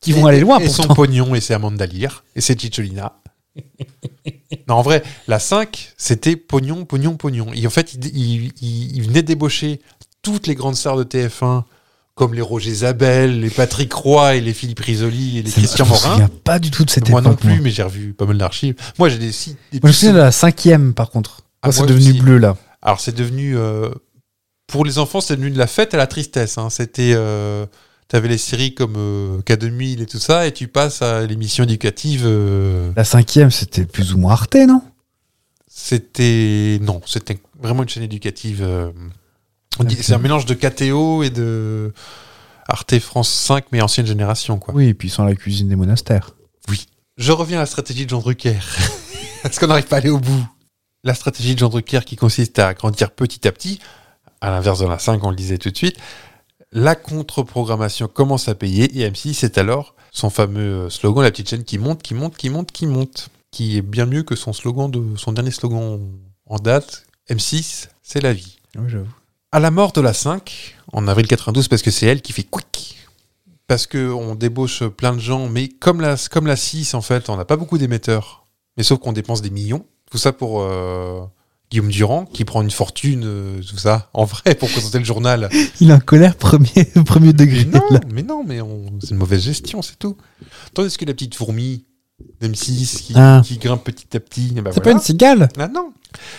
Qui vont aller loin Et son pourtant. pognon, et c'est Amanda Lear, et c'est Cicciolina. non, en vrai, la 5, c'était pognon, pognon, pognon. Et en fait, il, il- il- il venait débaucher toutes les grandes stars de TF1, comme les Roger Zabel, les Patrick Roy, et les Philippe Risoli, et les Ça me- Christian je me souviens Morin. pas du tout de cette Moi non époque. plus, mais j'ai revu pas mal d'archives. Moi, j'ai des sites. Moi, des je me petits souviens de la cinquième, par contre. Ah, Moi, c'est moi devenu aussi. bleu, là. Alors c'est devenu euh, pour les enfants, c'est devenu de la fête à la tristesse. hein. C'était euh, T'avais les séries comme euh, Academy et tout ça, et tu passes à l'émission éducative. euh, La cinquième, c'était plus ou moins Arte, non C'était non, c'était vraiment une chaîne éducative. euh, on dit- C'est un mélange de KTO et de Arte France 5, mais ancienne génération, quoi. Oui, et puis sans la cuisine des monastères. Je reviens à la stratégie de Jean Drucker. Est-ce qu'on n'arrive pas à aller au bout La stratégie de Jean Drucker qui consiste à agrandir petit à petit, à l'inverse de la 5, on le disait tout de suite, la contre-programmation commence à payer et M6 est alors son fameux slogan, la petite chaîne qui monte, qui monte, qui monte, qui monte, qui est bien mieux que son slogan de son dernier slogan en date, M6, c'est la vie. Oui, j'avoue. À la mort de la 5, en avril 92, parce que c'est elle qui fait quick. Parce qu'on débauche plein de gens, mais comme la, comme la 6, en fait, on n'a pas beaucoup d'émetteurs. Mais sauf qu'on dépense des millions. Tout ça pour euh, Guillaume Durand, qui prend une fortune, euh, tout ça, en vrai, pour présenter le journal. Il a un colère premier, premier degré. Mais non, là. mais non, mais on- c'est une mauvaise gestion, c'est tout. Tandis que la petite fourmi, M6, qui, Ah. qui grimpe petit à petit. eh ben C'est voilà. pas une cigale Ah non.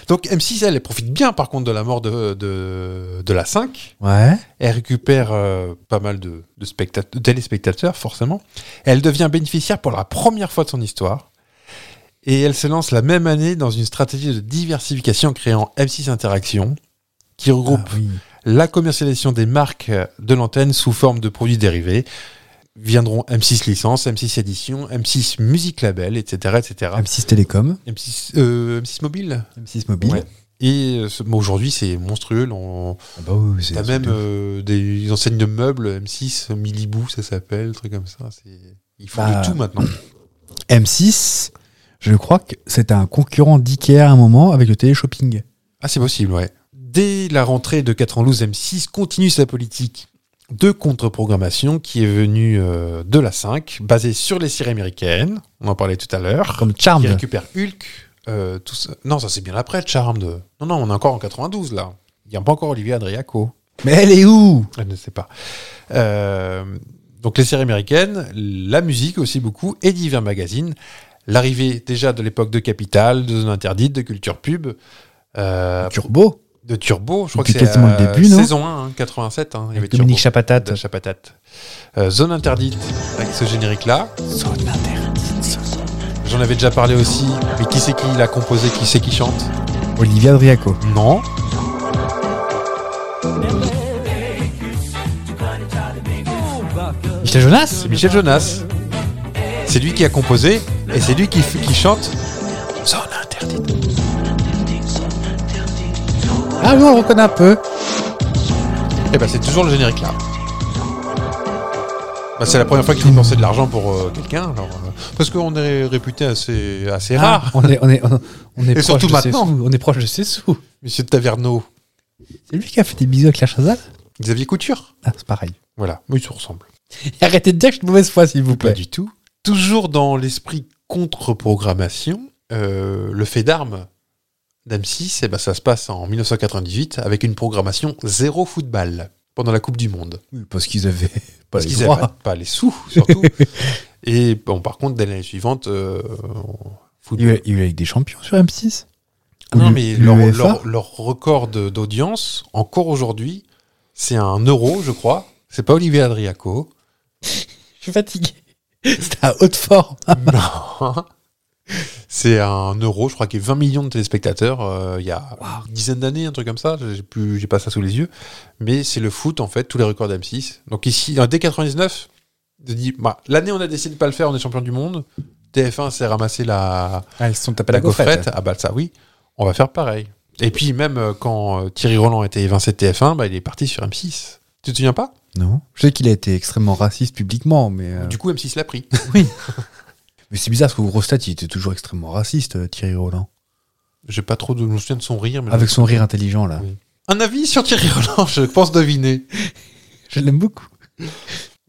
Donc M6, elle, elle profite bien, par contre, de la mort de, de, de la 5. Ouais. Elle récupère euh, pas mal de, de spectat- de téléspectateurs, forcément. Elle devient bénéficiaire pour la première fois de son histoire. Et elle se lance la même année dans une stratégie de diversification en créant M6 Interaction, qui regroupe Ah la commercialisation des marques de l'antenne sous forme de produits dérivés. Viendront M6 Licence, M6 Édition, M6 Musique Label, etc. etc. M6 Télécom, M6, euh, M6 Mobile. M6 Mobile. Ouais. Et euh, ce- bon, aujourd'hui, c'est monstrueux. là, on- Ah bah oui, oui, c'est T'as même euh, des enseignes de meubles, M6, Milibou, ça s'appelle, truc comme ça. c'est- Ils font Bah, de tout maintenant. M6, je crois que c'était un concurrent d'IKEA à un moment avec le télé-shopping. Ah, c'est possible, ouais. Dès la rentrée de 92, M6 continue sa politique de contre-programmation qui est venue euh, de la 5, basée sur les séries américaines. On en parlait tout à l'heure. Comme qui Charmed. récupère Hulk. euh, tout ça. Non, ça c'est bien après, Charmed. Non, non, on est encore en 92 là. Il n'y a pas encore Olivier Adriaco. Mais elle est où Je ne sais pas. Euh, donc les séries américaines, la musique aussi beaucoup, et divers magazines. L'arrivée déjà de l'époque de Capital, de Zone Interdite, de Culture Pub, euh, Turbo. de Turbo, je crois Donc, que c'est c'est quasiment le euh, début, non saison 1, hein, 87. hein, il y avait Dominique Turbo, Chapatate. de Chapatate. Euh, Zone Interdite, avec ce générique-là. J'en avais déjà parlé aussi, mais qui c'est qui l'a composé, qui c'est qui chante Olivia Driaco. non. Michel Jonas C'est Michel Jonas. C'est lui qui a composé et c'est lui qui, f- qui chante Zone interdite. Ah oui, on le reconnaît un peu. Et bah c'est toujours le générique là. Bah, c'est la première fois qu'il Mmh. dépensait de l'argent pour euh, quelqu'un. alors, euh, parce qu'on est réputé assez, assez Ah. rare. on est, on est, on on est Et proche surtout de ses maintenant. sous, On est proche de ses sous. Monsieur Taverneau, C'est lui qui a fait des bisous avec la chazal Xavier Couture. Ah, c'est pareil. Voilà, ils se ressemblent. Arrêtez de dire que je suis de mauvaise foi, s'il vous Pas plaît. du tout. Toujours dans l'esprit contre-programmation, euh, le fait d'armes d'M6, eh ben, ça se passe en 1998 avec une programmation zéro football pendant la Coupe du Monde. Oui, parce qu'ils avaient pas Parce les qu'ils droits. avaient pas- pas les sous, surtout. Et bon, par contre, dès l'année suivante, euh, Il y a football. eu- il y a eu la Ligue des champions sur M6. Ah non, Ou mais l'U- E leur, l'UEFA. leur- leur record de- d'audience, encore aujourd'hui, c'est un euro, je crois. C'est pas Olivier Adriaco. Je suis fatigué. C'était à haute forme. Non. C'est un euro, je crois qu'il y a 20 millions de téléspectateurs euh, il y a une dizaine d'années, un truc comme ça. J'ai plus, j'ai pas ça sous les yeux. Mais c'est le foot en fait, tous les records d'M6. Donc ici, euh, dès 99, de dire, bah, l'année on a décidé de pas le faire, on est champion du monde. TF1 s'est ramassé la, Ah, ils se sont tapés la, gaufrette. Ah bah ça oui, on va faire pareil. Et puis même euh, quand euh, Thierry Roland était évincé de TF1, bah, il est parti sur M6. Tu te souviens pas Non. Je sais qu'il a été extrêmement raciste publiquement, mais, euh, Du coup M6 l'a pris. mais c'est bizarre parce qu'au gros stade, il était toujours extrêmement raciste, euh, Thierry Roland. J'ai pas trop de, je me souviens de son rire. Mais Avec son rire intelligent, là. Oui. Un avis sur Thierry Roland, je pense deviner. Je l'aime beaucoup.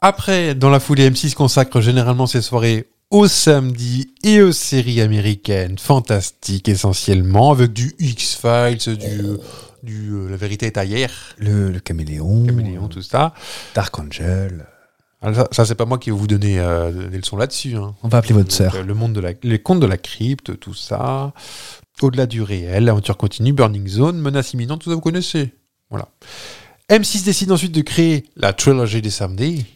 Après, dans la foulée, M6 consacre généralement ses soirées au samedi et aux séries américaines, fantastiques essentiellement, avec du X-Files, du, euh, du euh, La vérité est ailleurs, Le, le caméléon, Caméléon, tout ça. Dark Angel. Alors, ça, ça, c'est pas moi qui vais vous donner euh, des leçons là-dessus. hein. On va appeler votre Donc, sœur. euh, Le monde de la, les contes de la crypte, tout ça. Au-delà du réel, l'aventure continue, Burning Zone, menace imminente, tout ça vous connaissez. Voilà. M6 décide ensuite de créer la trilogie des samedis.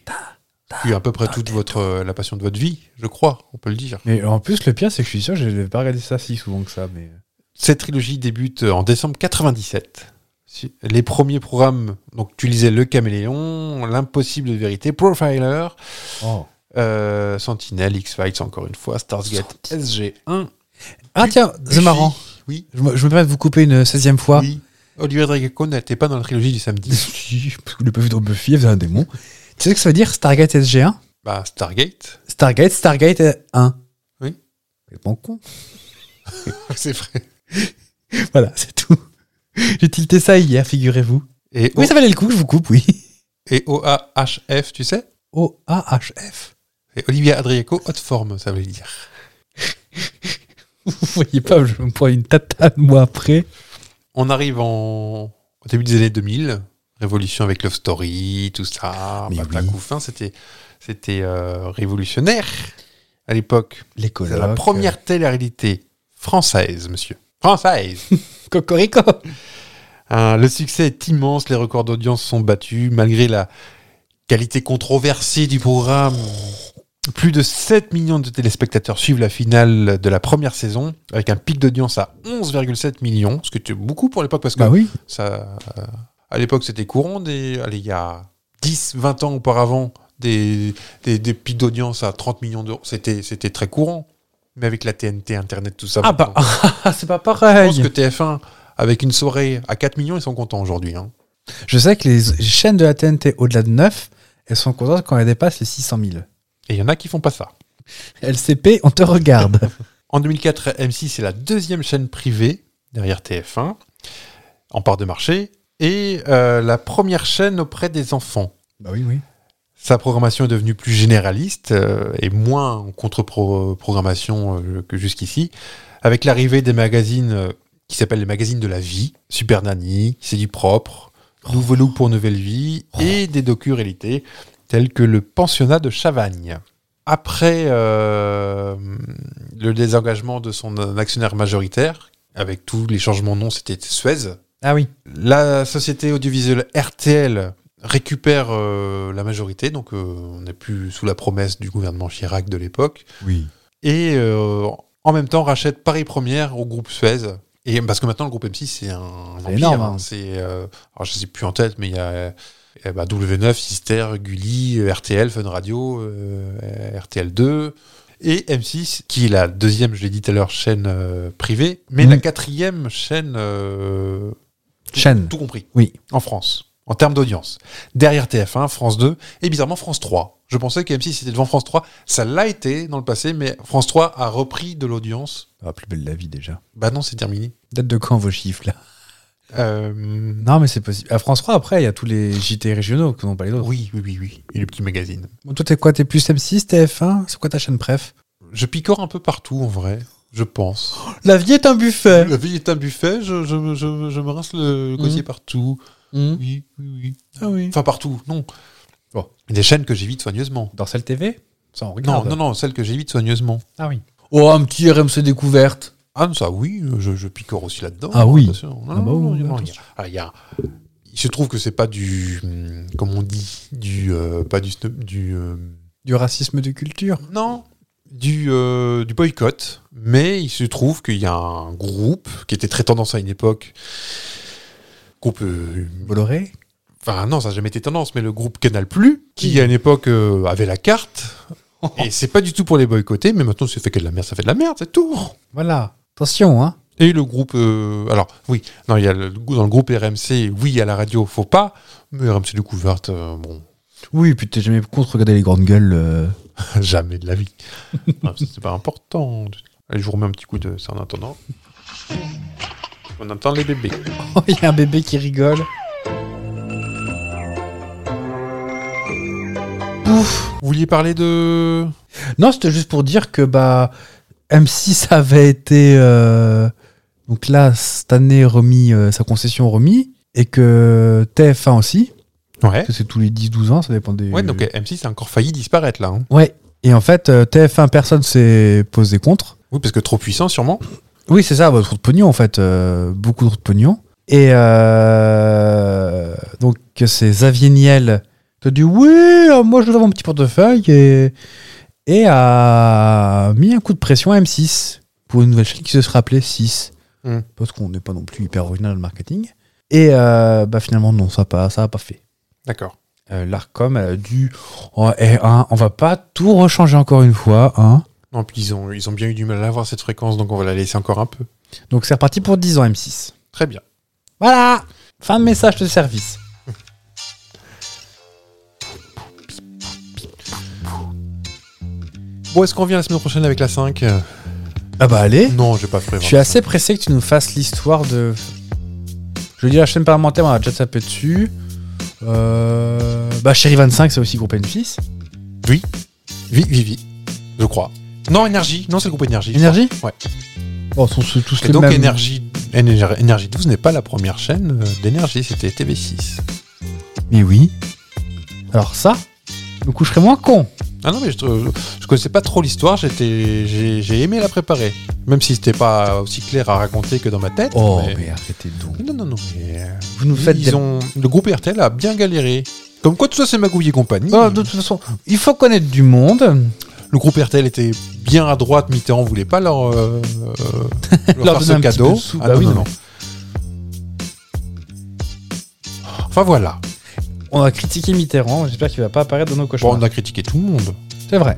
Puis à peu près toute votre euh, la passion de votre vie, je crois, on peut le dire. Mais en plus, le pire, c'est que je suis sûr que je n'avais pas regardé ça si souvent que ça. Mais... cette trilogie débute en décembre 97. Si- Les premiers programmes, donc tu lisais Le Caméléon, L'Impossible de Vérité, Profiler, euh, Sentinel, X-Files encore une fois, Starsgate, SG1, Ah tiens, c'est Buffy, marrant. Oui, Je me, je me permets de vous couper une 16e fois. oui. Olivier Dragacon n'était pas dans la trilogie du samedi. Si, parce que le pauvre dans Buffy, elle faisait un démon. Tu sais ce que ça veut dire Stargate SG1 bah, Stargate, Stargate, Stargate 1. Oui. C'est bon con. c'est vrai. Voilà, c'est tout. J'ai tilté ça hier, figurez-vous. Oh. Et, Oui, ça valait le coup, je vous coupe, oui. O- et OAHF, tu sais O-A-H-F. Et Olivia Adriaco, haute forme, ça veut dire. Vous voyez pas, je me prends une tatane, moi, après. On arrive en... au début des années 2000, révolution avec Love Story, tout ça, Mais Patacoufin, oui. c'était, c'était euh, révolutionnaire à l'époque. Les C'est la première télé-réalité française, monsieur. Française Cocorico. Hein, Le succès est immense, les records d'audience sont battus, malgré la qualité controversée du programme. Plus de 7 millions de téléspectateurs suivent la finale de la première saison, avec un pic d'audience à 11,7 millions, ce qui était beaucoup pour l'époque, parce que Bah oui. ça, euh, à l'époque, c'était courant. Des, allez, il y a 10, 20 ans auparavant, des, des, des pics d'audience à 30 millions d'euros, c'était, c'était très courant. Mais avec la TNT, Internet, tout ça. Ah maintenant, bah, c'est pas je pense pareil. que TF1, avec une soirée à 4 millions, ils sont contents aujourd'hui. hein. Je sais que les chaînes de la TNT au-delà de 9, elles sont contentes quand elles dépassent les 600 000. Et il y en a qui font pas ça. LCP, on te regarde. En 2004, M6 est la deuxième chaîne privée derrière TF1 en part de marché et euh, la première chaîne auprès des enfants. bah oui, oui. Sa programmation est devenue plus généraliste euh, et moins en contre-programmation euh, que jusqu'ici, avec l'arrivée des magazines euh, qui s'appellent les magazines de la vie, Super Nanny, C'est du propre, Nouveau Look pour Nouvelle Vie et des docu-réalités telles que le pensionnat de Chavagne. Après euh, le désengagement de son actionnaire majoritaire, avec tous les changements de nom, c'était Suez, Ah oui. la société audiovisuelle RTL récupère euh, la majorité, donc euh, on n'est plus sous la promesse du gouvernement Chirac de l'époque, Oui. et euh, en même temps rachète Paris Première au groupe Suez. Et parce que maintenant le groupe M6 c'est un empire, énorme, hein. hein. c'est euh, alors je sais plus en tête, mais il y a euh, eh ben, W9, Sister, Gulli, euh, RTL, Fun Radio, euh, RTL2 et M6 qui est la deuxième, je l'ai dit tout à l'heure, chaîne euh, privée, mais Mm. la quatrième chaîne euh, tout- Chaîne. tout compris. Oui. En France, en termes d'audience. Derrière TF1, France 2 et bizarrement France 3. Je pensais que M6 était devant France 3. Ça l'a été dans le passé, mais France 3 a repris de l'audience. Ah, plus belle la vie déjà. Bah non, c'est terminé. Date de quand vos chiffres là Euh, Non, mais c'est possible. À France 3, après, il y a tous les JT régionaux que n'ont pas les autres. oui, oui, oui, oui. Et les petits magazines. Bon, toi, t'es quoi T'es plus M6, TF1 C'est quoi ta chaîne préf Je picore un peu partout en vrai, je pense. La vie est un buffet La vie est un buffet, je, je, je, je me rince le gosier partout. Mhm. Oui, oui, oui. Ah oui. Enfin, partout, non. Bon. Des chaînes que j'évite soigneusement. Dorsal TV Ça, on Non, regarde. non, non, celles que j'évite soigneusement. Ah oui. Oh, un petit RMC découverte Ah, ça oui, je, je picore aussi là-dedans. Ah oui. Attention. Non, Ah non, bah non, oui, non, non, il, y attention. a, ah, il y a- il se trouve que c'est pas du. hum, Comment on dit du, euh, Pas du. snob- du euh, Du racisme de culture. non du, euh, du boycott. Mais il se trouve qu'il y a un groupe qui était très tendance à une époque. Groupe. euh, Bolloré Enfin, non, ça n'a jamais été tendance, mais le groupe Canal Plus, qui à une époque euh, avait la carte. Et c'est pas du tout pour les boycotter, mais maintenant, ça fait que de la merde, ça fait de la merde, c'est tout. Voilà. Attention, hein. Et le groupe, euh, alors oui, non, il y a le, dans le groupe RMC, oui, à la radio, faut pas, mais RMC découverte, euh, bon, Oui, et puis t'es jamais contre regarder les grandes gueules. euh. jamais de la vie. RMC, c'est pas important. Allez, je vous remets un petit coup de ça en attendant. On entend les bébés. Oh, il y a un bébé qui rigole. Vous vouliez parler de. Non, c'était juste pour dire que bah, M6 avait été. euh, donc là, cette année, remis, euh, sa concession remis. Et que TF1 aussi. Ouais. Parce que c'est tous les 10-12 ans, ça dépend des. Ouais, donc M6 a encore failli disparaître là. hein. Ouais. Et en fait, euh, TF1, personne s'est posé contre. Oui, parce que trop puissant, sûrement. Oui, c'est ça, bah, trop de pognon en fait. euh, beaucoup trop de pognon. Et euh, donc, c'est Xavier Niel qui a dit Oui, euh, moi je veux avoir mon petit portefeuille. Et, et a mis un coup de pression à M6 pour une nouvelle chaîne qui se sera appelée 6. Mm. parce qu'on n'est pas non plus hyper original dans le marketing. Et euh, bah, finalement, non, ça n'a pas, ça a pas fait. D'accord. Euh, L'ARCOM elle a dû. Oh, eh, hein, on va pas tout rechanger encore une fois. Hein. Non, puis ils ont, ils ont bien eu du mal à avoir cette fréquence, donc on va la laisser encore un peu. Donc c'est reparti pour 10 ans, M6. Très bien. Voilà Fin de message de service. Bon, est-ce qu'on revient la semaine prochaine avec la 5 Euh, Ah bah allez Non, j'ai pas prévu. Je suis assez pressé que tu nous fasses l'histoire de. Je dis la chaîne parlementaire, on a déjà tapé dessus. Euh... Bah, Chérie 25, c'est aussi groupe N6. Oui, oui, oui. Je crois. Non, énergie. Non, c'est le groupe énergie. je Énergie Ouais. Bon, sont tous- tous Et les donc mêmes. énergie, Éner- énergie 12 n'est pas la première chaîne euh, d'énergie, c'était TV6. Mais oui. Alors ça, du coup, je serais moins con. Ah non mais je, je, je connaissais pas trop l'histoire, j'étais j'ai j'ai aimé la préparer, même si c'était pas aussi clair à raconter que dans ma tête. Oh, mais, mais- arrêtez donc. Non non non. mais, euh, Vous nous faites ils des... ont le groupe RTL a bien galéré. Comme quoi tout ça c'est Magouille et compagnie. Oh, de toute façon, il faut connaître du monde. Le groupe RTL était bien à droite, Mitterrand voulait pas leur euh, euh, leur, Leur donner faire ce un petit peu cadeau. de sous, Ah bah non, oui, non, non. non. Enfin voilà. On a critiqué Mitterrand, j'espère qu'il va pas apparaître dans nos cochons. Bon, on a critiqué tout le monde. C'est vrai.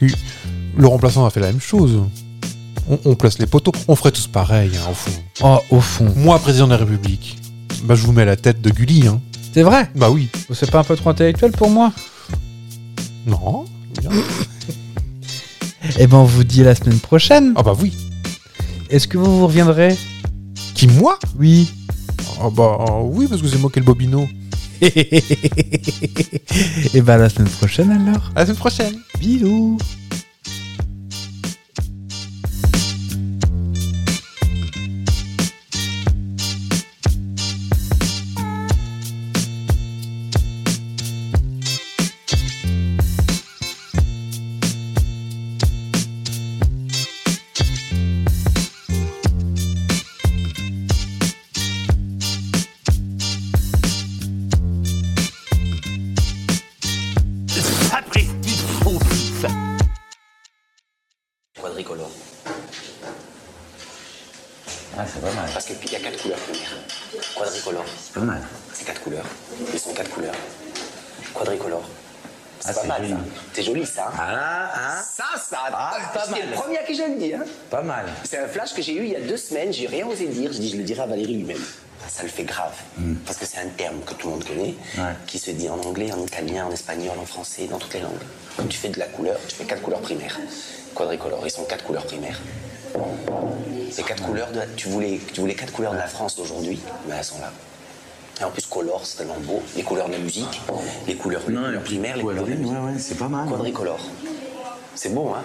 Le remplaçant a fait la même chose. On, on place les poteaux, on ferait tous pareil, hein, au fond. Oh, au fond. Moi, président de la République, bah, je vous mets la tête de Gulli. Hein. C'est vrai Bah oui. C'est pas un peu trop intellectuel pour moi Non. Eh ben, on vous dit à la semaine prochaine. Ah bah oui. Est-ce que vous vous reviendrez Qui, moi Oui. Ah bah euh, oui, parce que c'est moi qui ai le bobino. Et bah, Eh à la semaine prochaine alors. À la semaine prochaine. Bisous. Quadricolore. Ah, c'est pas mal. Parce que il y a quatre couleurs, première. Quadricolore. C'est pas mal. C'est quatre couleurs. Ils sont quatre couleurs. Quadricolore. Ah, C'est pas mal, ça. C'est joli, ça. Ah, ah. Ça, ça. pas mal. C'est le premier que je le dis. Hein. Pas mal. C'est un flash que j'ai eu il y a deux semaines. J'ai rien osé dire. Je dis, je le dirai à Valérie lui-même. Ça le fait grave. Parce que c'est un terme que tout le monde connaît, qui se dit en anglais, en italien, en espagnol, en français, dans toutes les langues. Quand tu fais de la couleur, tu fais quatre couleurs primaires. Quadricolore, ils sont quatre couleurs primaires. Ces quatre couleurs, de, tu, voulais, tu voulais quatre couleurs de la France d'aujourd'hui, mais elles sont là. Et en plus, color, c'est tellement beau. Les couleurs de la musique, les couleurs primaires, les couleurs de la musique. c'est pas mal. Quadricolore. C'est beau, hein